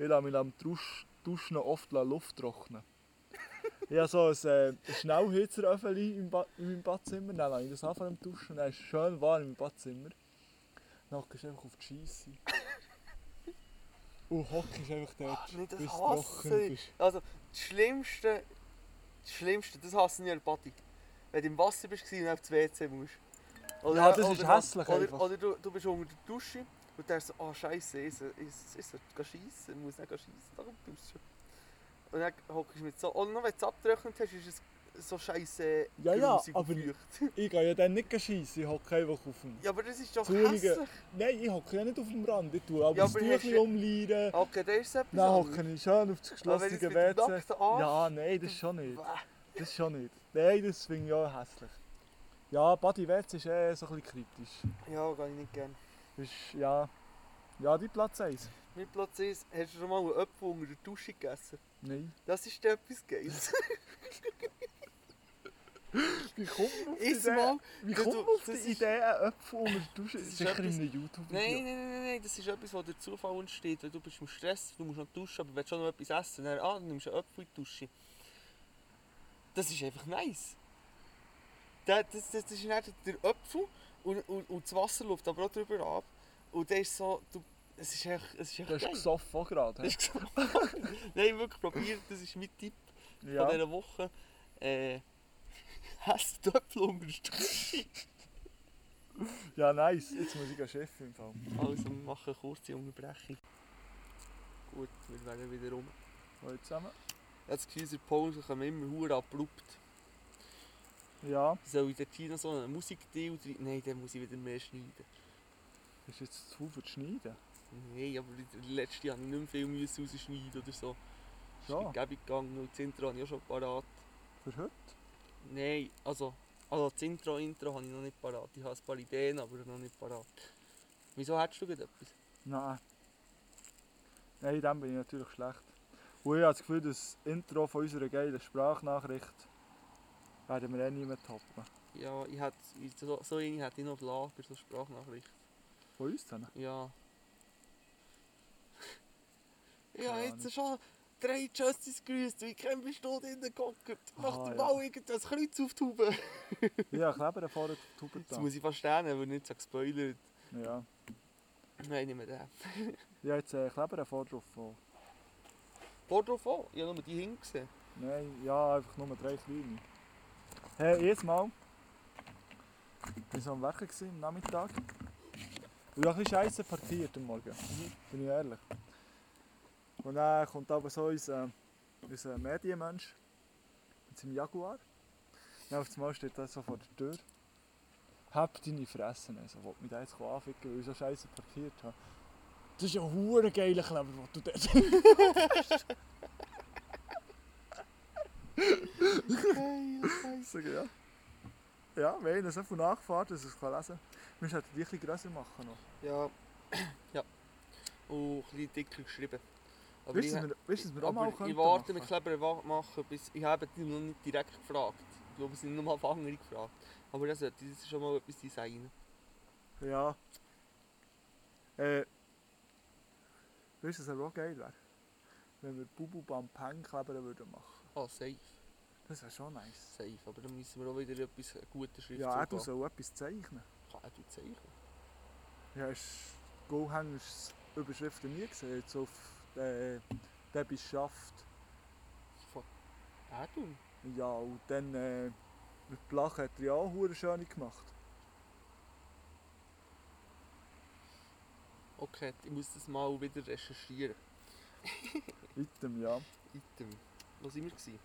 Speaker 3: ich lasse mich am Dusch, Duschen oft Luft trocknen. Ich habe so ein äh, ein Schnellhitzeröffeli im ba in meinem Badzimmer, dann lasse ich das anfangen am Duschen, dann ist es schön warm im Badzimmer. Dann gehst du einfach auf die Scheisse. Und hockst einfach dort,
Speaker 4: Ach, nicht Ah, das
Speaker 3: bis du
Speaker 4: hasse
Speaker 3: trocken
Speaker 4: ich.
Speaker 3: bist.
Speaker 4: Also, das Schlimmste, das Schlimmste, das hasse ich an der Party. Wenn du im Wasser bist und auf das WC musst. Oder,
Speaker 3: Ja, das ist hässlich
Speaker 4: Oder,
Speaker 3: einfach.
Speaker 4: oder, du, du bist unter der Dusche und denkst so, oh scheiße, ich soll- ich soll- ich soll gehen schiessen, ich muss nicht schiessen, darum duschen. Und dann hockst du mit so, oder noch wenn du es abgetrocknet hast, ist es so scheiße
Speaker 3: Ja, ja,
Speaker 4: grusig und
Speaker 3: aber-
Speaker 4: feucht.
Speaker 3: Ich gehe ja dann nicht schiessen, ich hocke einfach auf dem...
Speaker 4: Ja, aber das ist doch
Speaker 3: Zurigen.
Speaker 4: hässlich.
Speaker 3: Nein, ich hocke ja nicht auf dem Rand, ich tue aber
Speaker 4: Ja,
Speaker 3: das
Speaker 4: aber hast
Speaker 3: Tuchli
Speaker 4: du-
Speaker 3: umleiden.
Speaker 4: Okay, das ist etwas
Speaker 3: Dann
Speaker 4: anderes.
Speaker 3: hocke ich schön auf das
Speaker 4: Aber wenn
Speaker 3: geschlossene
Speaker 4: du es mit dem
Speaker 3: WC.
Speaker 4: nackten Arsch-
Speaker 3: Ja, nein, das schon nicht.
Speaker 4: Bäh.
Speaker 3: Das schon nicht. Nein, das finde ich auch hässlich. Ja, Body-WC ist eh so ein bisschen kritisch.
Speaker 4: Ja, gar nicht gerne.
Speaker 3: Ist, ja... Ja, die Platz 1.
Speaker 4: Mein Platz ist, hast du schon mal einen Apfel unter der Dusche gegessen?
Speaker 3: Nein.
Speaker 4: Das ist etwas Geiles.
Speaker 3: Wie kommt man auf die
Speaker 4: Iss
Speaker 3: Idee,
Speaker 4: mal.
Speaker 3: wie
Speaker 4: Du-
Speaker 3: kommt man auf
Speaker 4: das
Speaker 3: die
Speaker 4: ist-
Speaker 3: Idee einen Apfel unter die Dusche?
Speaker 4: Das ist
Speaker 3: Sicher in
Speaker 4: etwas-
Speaker 3: einem YouTube-Video.
Speaker 4: Nein, nein, nein, nein, nein, das ist etwas, was der Zufall entsteht. Weil du bist im Stress, du musst noch duschen, aber willst schon noch etwas essen. Dann, ah, du nimmst einen Apfel in die Dusche. Das ist einfach nice. Das, das, das, das ist nicht der Apfel und, und, und das Wasser läuft aber auch drüber ab. Und der ist so, du, es ist echt, es ist echt
Speaker 3: Du hast
Speaker 4: geil. ne?
Speaker 3: gesoffen auch gerade.
Speaker 4: Das
Speaker 3: hä?
Speaker 4: ist gesoffen. Nein, wirklich, probiert, das ist mein Tipp.
Speaker 3: Ja.
Speaker 4: von dieser Woche. Äh, hast du Töpfel unter der Dusche?
Speaker 3: ja, nice. Jetzt muss ich gehen Chef im Fall.
Speaker 4: Also, wir machen eine kurze Unterbrechung. Gut, wir werden wieder um.
Speaker 3: Hallo zusammen.
Speaker 4: Jetzt Gefühl, unsere Pausen kommen immer hure abrupt.
Speaker 3: Ja.
Speaker 4: Soll ich dort hier noch so einen Musikteil drin? Nein, dann muss ich wieder mehr schneiden.
Speaker 3: Ist jetzt zu viel für das Schneiden?
Speaker 4: Nein, aber letztes Jahr habe ich nicht mehr viel Müsse rausschneiden oder so. Ist
Speaker 3: Ja.
Speaker 4: ja. Gebung gegangen und das Intro habe ich auch schon parat.
Speaker 3: Für heute?
Speaker 4: Nein, also, also das Intro, Intro habe ich noch nicht parat. Ich habe ein paar Ideen, aber noch nicht parat. Wieso hättest du gerade etwas?
Speaker 3: Nein. Nein, in dem bin ich natürlich schlecht. Und ich habe das Gefühl, das Intro von unserer geilen Sprachnachricht werden wir eh nie mehr toppen.
Speaker 4: Ja, ich hätte, so, so eine hätte ich noch auf Lager, so Sprachnachricht.
Speaker 3: Von uns dann?
Speaker 4: Ja. Ja,
Speaker 3: Keine
Speaker 4: jetzt schon drei Justice grüßt. Wie können wir da drinnen gucken? Mach
Speaker 3: Ah, ja.
Speaker 4: dir mal irgendwas Kreuz auf die Haube.
Speaker 3: Ja, Kleber vorne auf die
Speaker 4: Jetzt
Speaker 3: Tube
Speaker 4: muss ich fast lernen, weil ich nicht so gespoilert.
Speaker 3: da. Ja.
Speaker 4: Nein, nicht mehr den.
Speaker 3: Ich habe jetzt äh, Kleber vorne drauf. oh.
Speaker 4: Bordeaux vor? Ich habe nur die hinten gesehen.
Speaker 3: Nein, ja, einfach nur drei kleine. Hey, jedes Mal. Ich war am Werken gewesen, am Nachmittag. Und ich habe ein bisschen scheiße parkiert am Morgen. Bin ich ehrlich. Und dann kommt aber so unser, unser Medienmensch mit seinem Jaguar. Dann auf einmal steht er so vor der Tür. Hab deine Fresse. Also, ich wollte mich da jetzt anficken, weil ich so scheiße parkiert habe. Das ist ja ein hure geiler Kleber, den du dort Ich sage, ja. Ja, wir haben so viel Nachfahrt, dass ich es lesen kann. Wir sollten die ein bisschen grösser machen. Noch.
Speaker 4: Ja. ja. Oh, ein bisschen dicker geschrieben. Aber
Speaker 3: Weißt du,
Speaker 4: ich,
Speaker 3: was wir- weißt du, was wir auch
Speaker 4: aber
Speaker 3: mal
Speaker 4: ich
Speaker 3: könnten
Speaker 4: warte mit
Speaker 3: machen?
Speaker 4: Kleber wa- machen, bis ich habe die noch nicht direkt gefragt. Ich glaube, es sind nur mal auf andere gefragt. Aber das sollte das ist schon mal etwas designen.
Speaker 3: Ja. Äh. Weißt du, was aber auch geil wäre? Wenn wir Bubu beim Peng kleben würden machen.
Speaker 4: Ah, safe.
Speaker 3: Das wäre schon nice.
Speaker 4: safe. Aber dann müssen wir auch wieder etwas einen guten Schriftzug
Speaker 3: Ja, du
Speaker 4: haben.
Speaker 3: soll etwas zeichnen.
Speaker 4: Kann er zeichnen?
Speaker 3: Ja, hast du Gohängers Überschriften nie gesehen? Jetzt auf äh, Debbie Schafft.
Speaker 4: Er tun?
Speaker 3: Ja, und dann äh, mit Blach hat er ja auch hure schöne gemacht.
Speaker 4: Okay, ich muss das mal wieder recherchieren.
Speaker 3: Item, ja.
Speaker 4: Item. Wo sind wir? Gewesen?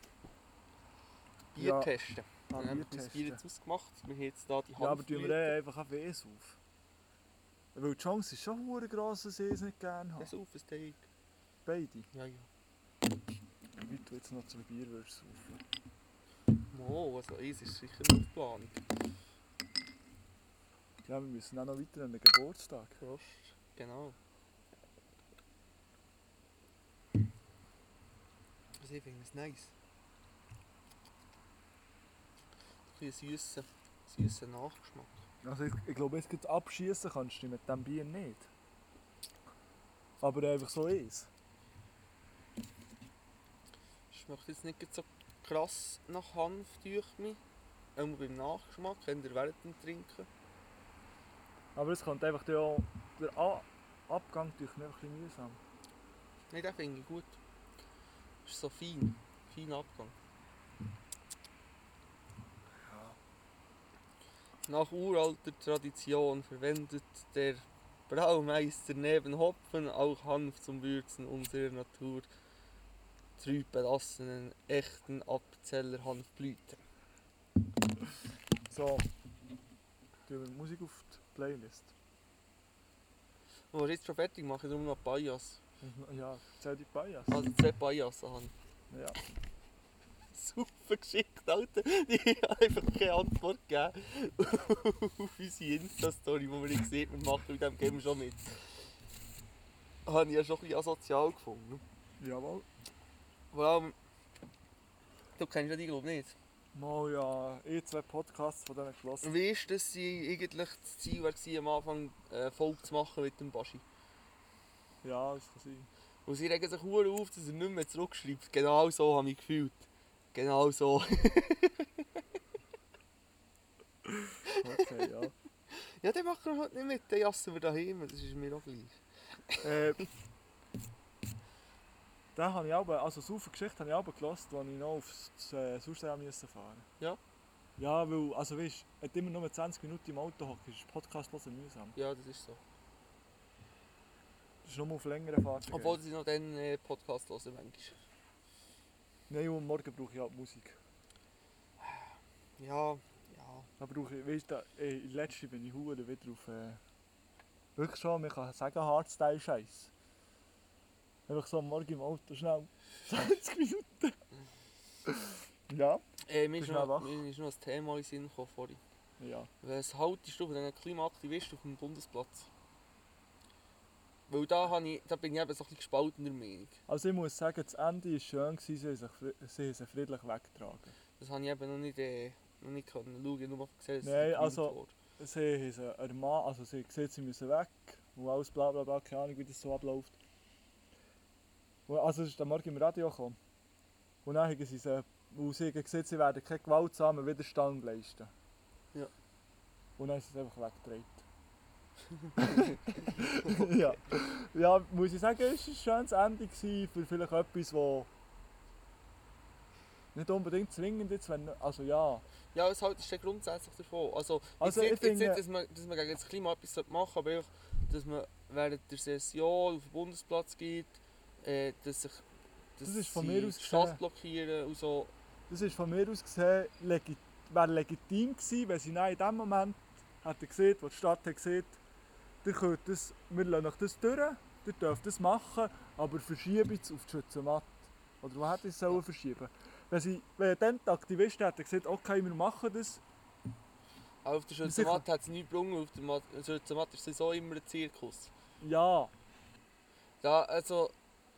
Speaker 4: Bier
Speaker 3: Ja,
Speaker 4: testen.
Speaker 3: Ah,
Speaker 4: wir haben
Speaker 3: wir
Speaker 4: das
Speaker 3: testen.
Speaker 4: Bier jetzt ausgemacht. Wir haben jetzt hier die
Speaker 3: Ja, aber tun wir
Speaker 4: Hanfblüte.
Speaker 3: eh einfach auf Wes auf. Weil die Chance ist schon hure gross, dass ich es nicht gerne habe.
Speaker 4: Das auf, ein Steak.
Speaker 3: Beide.
Speaker 4: Ja, ja.
Speaker 3: Wie du jetzt noch zum Bier würdest saufen.
Speaker 4: Mo, also eins ist sicher nur auf Planung.
Speaker 3: Ja, wir müssen auch noch weiter an den Geburtstag.
Speaker 4: Prost. Genau. Also ich finde es nice. Ein bisschen süßer, süßer Nachgeschmack.
Speaker 3: Also ich, ich glaube, jetzt gibt's abschießen kannst du mit dem Bier nicht. Aber einfach so eins.
Speaker 4: Schmeckt jetzt nicht gerade so krass nach Hanf, däucht mich. Auch beim Nachgeschmack, könnt ihr während dem Trinken.
Speaker 3: Aber es kommt einfach ja auch... Der A Abgang durch mir ein bisschen mühsam.
Speaker 4: Nein, den finde ich gut. Ist so fein, fein Abgang. Nach uralter Tradition verwendet der Braumeister neben Hopfen auch Hanf zum Würzen unserer Natur trüb belassenen, echten Apfelzeller Hanfblüte.
Speaker 3: So. Tun wir die Musik auf die Playlist.
Speaker 4: Wo wir jetzt schon fertig machen, darum noch Bias.
Speaker 3: Ja, zähl die Bias.
Speaker 4: Also zwei Bias an.
Speaker 3: Ja.
Speaker 4: Super geschickt, Alter. Die haben einfach keine Antwort gegeben auf unsere Insta-Story, wo man nicht sieht, wir machen mit dem Game schon mit. Habe ich ja schon ein bisschen asozial gefunden.
Speaker 3: Jawohl.
Speaker 4: Vor allem, du kennst ja die glaube nicht.
Speaker 3: Mal ja, eh zwei Podcasts von denen gelassen.
Speaker 4: Wie ist das sie eigentlich das Ziel war, gewesen, am Anfang äh, Folge zu machen mit dem Baschi?
Speaker 3: Ja, das kann sein.
Speaker 4: Und sie regen sich hure auf, dass er nicht mehr zurückschreibt. Genau so habe ich mich gefühlt. Genau so.
Speaker 3: Okay, ja.
Speaker 4: Ja, den machen wir halt nicht mit, den jassen wir daheim. Das ist mir auch gleich.
Speaker 3: äh, den habe ich auch, also so eine Geschichte habe ich auch gelassen, als ich noch aufs äh, Surseil musste fahren.
Speaker 4: Ja.
Speaker 3: Ja, weil, also weißt du, wenn du immer nur 20 Minuten im Auto hockst, ist Podcast hören mühsam.
Speaker 4: Ja, das ist so.
Speaker 3: Das ist nur auf längeren Fahrten.
Speaker 4: Obwohl sie noch den äh, Podcast hören manchmal.
Speaker 3: Nein, und morgen brauche ich auch Musik.
Speaker 4: Ja, ja.
Speaker 3: Da brauche ich, weißt du, ey, in letzter bin ich hure wieder auf. Äh, wirklich schon, man kann sagen, Hardstyle-Scheiß. Einfach so am Morgen im Auto schnell 20 Minuten. ja?
Speaker 4: Äh, mir,
Speaker 3: Bist
Speaker 4: ist
Speaker 3: du noch wach?
Speaker 4: noch, mir ist noch ein Thema in den Sinn gekommen vorhin.
Speaker 3: Ja.
Speaker 4: Was haltest du von diesen Klimaaktivisten auf dem Bundesplatz? Weil da, habe ich, da bin ich eben so ein bisschen gespaltener Meinung.
Speaker 3: Also ich muss sagen, das Ende war schön, gewesen, sie haben sich, fri- sie haben sich friedlich weggetragen.
Speaker 4: Das habe ich eben noch nicht, äh, noch nicht können schauen, nur gesehen, dass
Speaker 3: Nein,
Speaker 4: gegründet
Speaker 3: also-
Speaker 4: wurde.
Speaker 3: Sie haben sie ermahnt, also sie haben gesehen, sie müssen weg und alles bla bla bla, keine Ahnung, wie das so abläuft. Und also es ist am Morgen im Radio gekommen. Und dann haben sie, sie, und sie haben gesehen, sie werden keinen gewaltsamen Widerstand leisten.
Speaker 4: Ja.
Speaker 3: Und dann haben sie es einfach weggedreht. ja. ja, muss ich sagen, es war ein schönes Ende gewesen für vielleicht etwas, wo nicht unbedingt zwingend jetzt, wenn, also ja,
Speaker 4: Ja, es halt ist ja grundsätzlich davon. Also,
Speaker 3: Also, ich
Speaker 4: jetzt, nicht, jetzt
Speaker 3: finde-
Speaker 4: nicht, dass man, dass man gegen das Klima etwas machen sollte, aber einfach, dass man während der Session auf den Bundesplatz geht, äh, dass sich dass
Speaker 3: Das ist von
Speaker 4: sie
Speaker 3: mir aus
Speaker 4: die Stadt
Speaker 3: gesehen.
Speaker 4: blockieren und so.
Speaker 3: Das ist von mir aus gesehen, legi wäre legitim gewesen, wenn sie dann in dem Moment hätten gesehen, wo die Stadt hat gesehen, ihr könnt das, wir lassen euch das durch, ihr dürft das machen, aber verschiebt es auf die Schützenmatte. Oder wo hätte ich es sollen verschieben Wenn, sie, wenn dann die Aktivisten hätten gesagt, okay, wir machen das,
Speaker 4: Auch auf der Schützenmatte hat es nichts gebrungen, auf der Ma- Schützenmatte ist es auch immer ein Zirkus.
Speaker 3: ja,
Speaker 4: Da, also,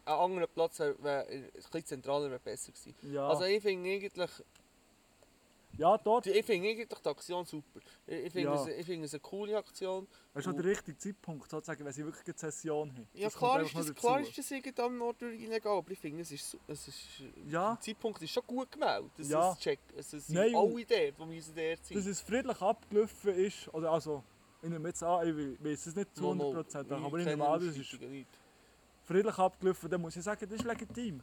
Speaker 4: ein anderer Platz wäre wär, ein bisschen zentraler wäre besser gewesen.
Speaker 3: ja,
Speaker 4: Also ich finde eigentlich,
Speaker 3: ja, dort
Speaker 4: ich finde eigentlich die Aktion super. Ich, ich finde
Speaker 3: Ja.
Speaker 4: es, ich finde es eine coole Aktion.
Speaker 3: ist schon der richtige Zeitpunkt, sozusagen, wenn sie wirklich eine Session haben.
Speaker 4: Ja,
Speaker 3: Das kommt
Speaker 4: klar
Speaker 3: einfach
Speaker 4: ist,
Speaker 3: noch
Speaker 4: das,
Speaker 3: dazu.
Speaker 4: klar ist das irgendwie am Nordtür illegal, aber ich finde, es ist, so- es ist,
Speaker 3: Ja.
Speaker 4: der Zeitpunkt ist schon gut gewählt. Es
Speaker 3: Ja.
Speaker 4: ist check, es sind
Speaker 3: Nein, und-
Speaker 4: alle dort, die müssen dort sein.
Speaker 3: dass es friedlich abgelaufen ist, oder also, ich nehme jetzt an, ich weiß es nicht zu 100%, aber ich nehme an, das ist friedlich abgelaufen, dann muss ich sagen, das ist legitim.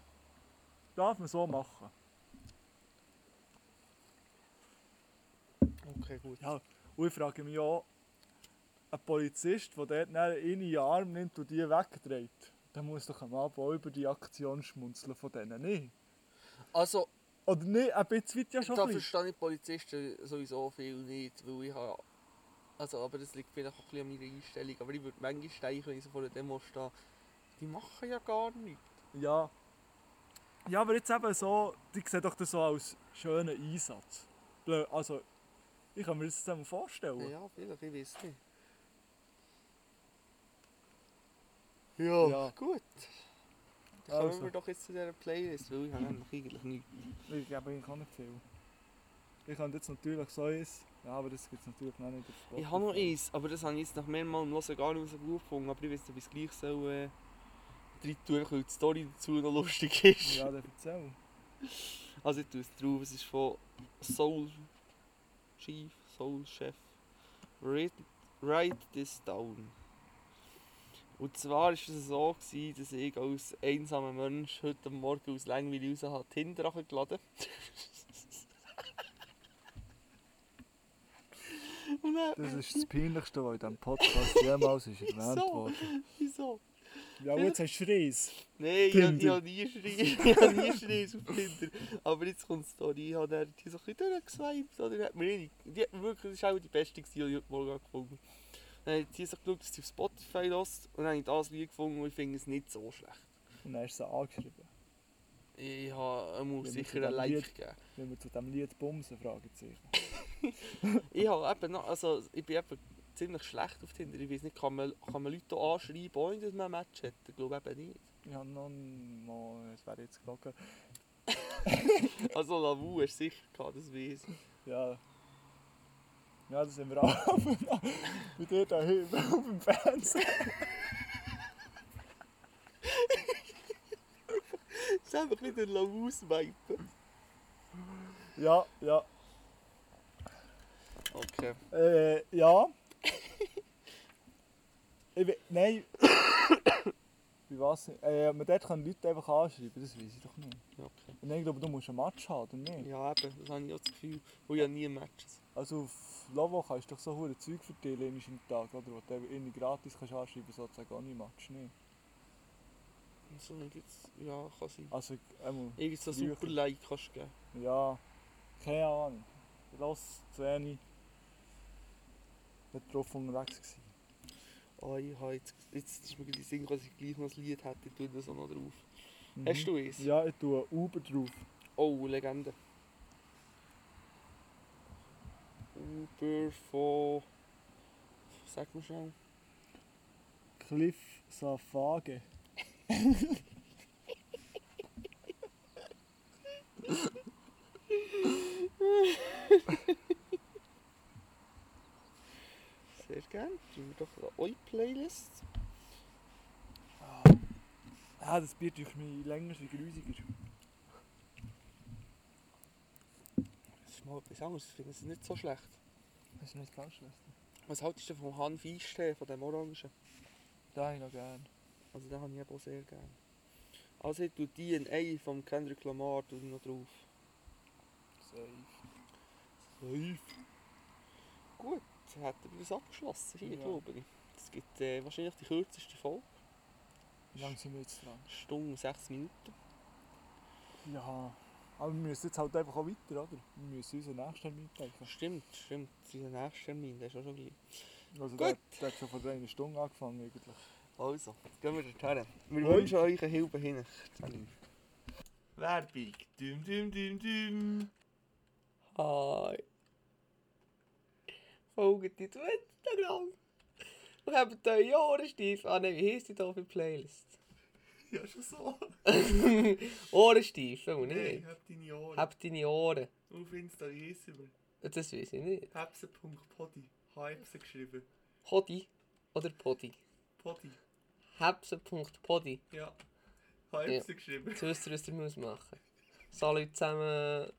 Speaker 3: Darf man so machen.
Speaker 4: Okay, gut.
Speaker 3: Ja. Und ich frage mich auch, ein Polizist, der dort nachher ihn in den Arm nimmt und die wegdreht, der muss doch am Abend auch über die Aktion schmunzeln von denen, nicht?
Speaker 4: Also,
Speaker 3: Oder nicht, ein bisschen weit ja schon
Speaker 4: da
Speaker 3: ein bisschen.
Speaker 4: verstehe ich die Polizisten sowieso viel nicht, weil ich habe... Also, aber das liegt vielleicht auch ein bisschen an meiner Einstellung, aber ich würde manchmal steigen, wenn ich so vor einer Demo stehe. Die machen ja gar nichts.
Speaker 3: Ja. Ja, aber jetzt eben so, die sehen doch das so als schönen Einsatz. Blö- Also, ich kann mir das jetzt einmal vorstellen.
Speaker 4: Ja, vielleicht, ich weiß nicht. Ja,
Speaker 3: Ja.
Speaker 4: gut. Dann kommen
Speaker 3: Also.
Speaker 4: wir doch jetzt zu dieser Playlist, weil ich habe nämlich eigentlich nichts.
Speaker 3: Ich glaube, ich kann nicht viel. Ich kann jetzt natürlich so eins, ja, aber das gibt es natürlich noch nicht auf Spotify.
Speaker 4: Ich habe noch eins, aber das habe ich jetzt nach mehrmals im Hören gar nicht mehr so gut gefunden, aber ich weiß nicht, ob ich es gleich soll, äh, rein tun, weil die Story dazu noch lustig ist.
Speaker 3: Ja, dann erzähl.
Speaker 4: Also ich tue es drauf, es ist von Soul Chief, Soul Chef. Write, write this down. Und zwar war es so, gewesen, dass ich als einsamer Mensch heute Morgen aus Langweil raus habe Tinder heruntergeladen Und dann,
Speaker 3: Das ist das Peinlichste, was in diesem Podcast jemals ist erwähnt
Speaker 4: Wieso?
Speaker 3: worden.
Speaker 4: wieso?
Speaker 3: Ja, aber jetzt hast du Reis.
Speaker 4: Nein, ich, hab- ich
Speaker 3: Tinder.
Speaker 4: habe nie Schreien ich hab nie Schreien auf Tinder. Aber jetzt kommt die Story, ich habe dann die so ein bisschen durchgeswiped. Oder hat mir nicht, die, wirklich, das war auch die beste, gewesen, die ich heute Morgen gefunden habe. Dann habe ich so geschaut, dass sie auf Spotify lässt und dann habe ich das Lied gefunden und ich finde es nicht so schlecht.
Speaker 3: Und dann hast du sie angeschrieben.
Speaker 4: Ich habe muss
Speaker 3: Ja,
Speaker 4: sicher
Speaker 3: mit
Speaker 4: ein
Speaker 3: dem
Speaker 4: Like
Speaker 3: Lied.
Speaker 4: gegeben.
Speaker 3: Wenn wir zu diesem Lied bumsen, Fragezeichen.
Speaker 4: Ich, habe eben noch, also, ich bin eben ziemlich schlecht auf Tinder. Ich weiß nicht, kann man, kann man Leute auch anschreiben, ohne dass man ein Match hat? Ich glaube eben nicht.
Speaker 3: Ja, noch, noch, es wäre jetzt gelogen.
Speaker 4: Also Lavu hast du sicher gehabt, das weiß ich.
Speaker 3: Ja. Ja, das sind wir auch bei dir daheim auf dem Fernseher.
Speaker 4: Das ist einfach wieder Lavu-Swipen.
Speaker 3: Ja, ja.
Speaker 4: Okay.
Speaker 3: Äh, ja. ich we- nein. Bei was? Äh, man dort kann Leute einfach anschreiben, das weiß ich doch nicht.
Speaker 4: okay.
Speaker 3: Und ich glaube, du musst einen Match haben, oder nicht?
Speaker 4: Ja, eben, das habe ich auch das Gefühl. Und ich habe nie Matches.
Speaker 3: Also auf Lavo kannst du doch so hure Zeug verteilen einmal im Tag, oder? Wo du eben irgendwie gratis kannst anschreiben sozusagen ohne Match, nicht?
Speaker 4: Und so gibt's, ja, kann sein.
Speaker 3: Also, ähm,
Speaker 4: Irgend so ein
Speaker 3: Früher.
Speaker 4: super Like kannst du geben.
Speaker 3: ja, keine Ahnung. Ich lasse zu wenig. Nicht drauf unterwegs gewesen.
Speaker 4: Ah, ich habe jetzt, jetzt ist mir gerade in den Sinn gekommen, dass ich gleich noch ein Lied hätte. Ich tue das auch noch drauf.
Speaker 3: Mhm.
Speaker 4: Hast du eins?
Speaker 3: Ja, ich tue Uber drauf.
Speaker 4: Oh, Legende. Uber von... Sag mir schnell.
Speaker 3: Cliff Safage.
Speaker 4: Sehr gerne. Tun wir doch eure Playlist.
Speaker 3: Ah, das Bier tut mir länger, wie grüsiger.
Speaker 4: Das ist mal etwas anderes. Ich finde es nicht so schlecht.
Speaker 5: Das ist nicht ganz schlecht.
Speaker 4: Was haltest du vom Hanf-Eistee, von dem Orangen?
Speaker 5: Den habe ich noch gerne.
Speaker 4: Also den habe ich eben auch sehr gerne. Also ich tue DNA vom Kendrick Lamar tue ich noch drauf.
Speaker 5: Safe.
Speaker 4: Live. Gut, dann hätten wir das abgeschlossen hier,
Speaker 5: Ja.
Speaker 4: glaube ich. Es gibt äh, wahrscheinlich die kürzeste Folge.
Speaker 5: Wie lange sind wir jetzt dran?
Speaker 4: Eine Stunde und sechs Minuten.
Speaker 3: Ja. Aber wir müssen jetzt halt einfach auch weiter, oder? Wir müssen unseren nächsten mitdenken.
Speaker 4: Stimmt, stimmt. Unser nächster Termin, der ist auch schon gleich.
Speaker 3: Also
Speaker 4: Gut.
Speaker 3: der, der hat schon vor einer Stunde angefangen eigentlich.
Speaker 4: Also, jetzt gehen wir dorthin. Wir
Speaker 3: Hoi.
Speaker 4: wünschen euch eine Hilfe hin.
Speaker 2: Werbung. Düm, düm, düm, düm.
Speaker 4: Hi. Folgt uns auf Instagram. Und habt eure Ohrenstief. Ah nein, wie heisst die da für die Playlist?
Speaker 2: Ja, schon so.
Speaker 4: Ohrenstief, oder
Speaker 2: Hey,
Speaker 4: nicht?
Speaker 2: hab deine Ohren.
Speaker 4: Habt deine Ohren.
Speaker 2: Auf Insta, wie heissen wir?
Speaker 4: Das weiß ich nicht.
Speaker 2: Hepse.podi. Hepse geschrieben.
Speaker 4: Podi oder Podi?
Speaker 2: Podi.
Speaker 4: Hebsen.podi.
Speaker 2: Ja. Hepse geschrieben.
Speaker 5: Jetzt wisst ihr, was ihr müsst machen müsst. Salut zusammen.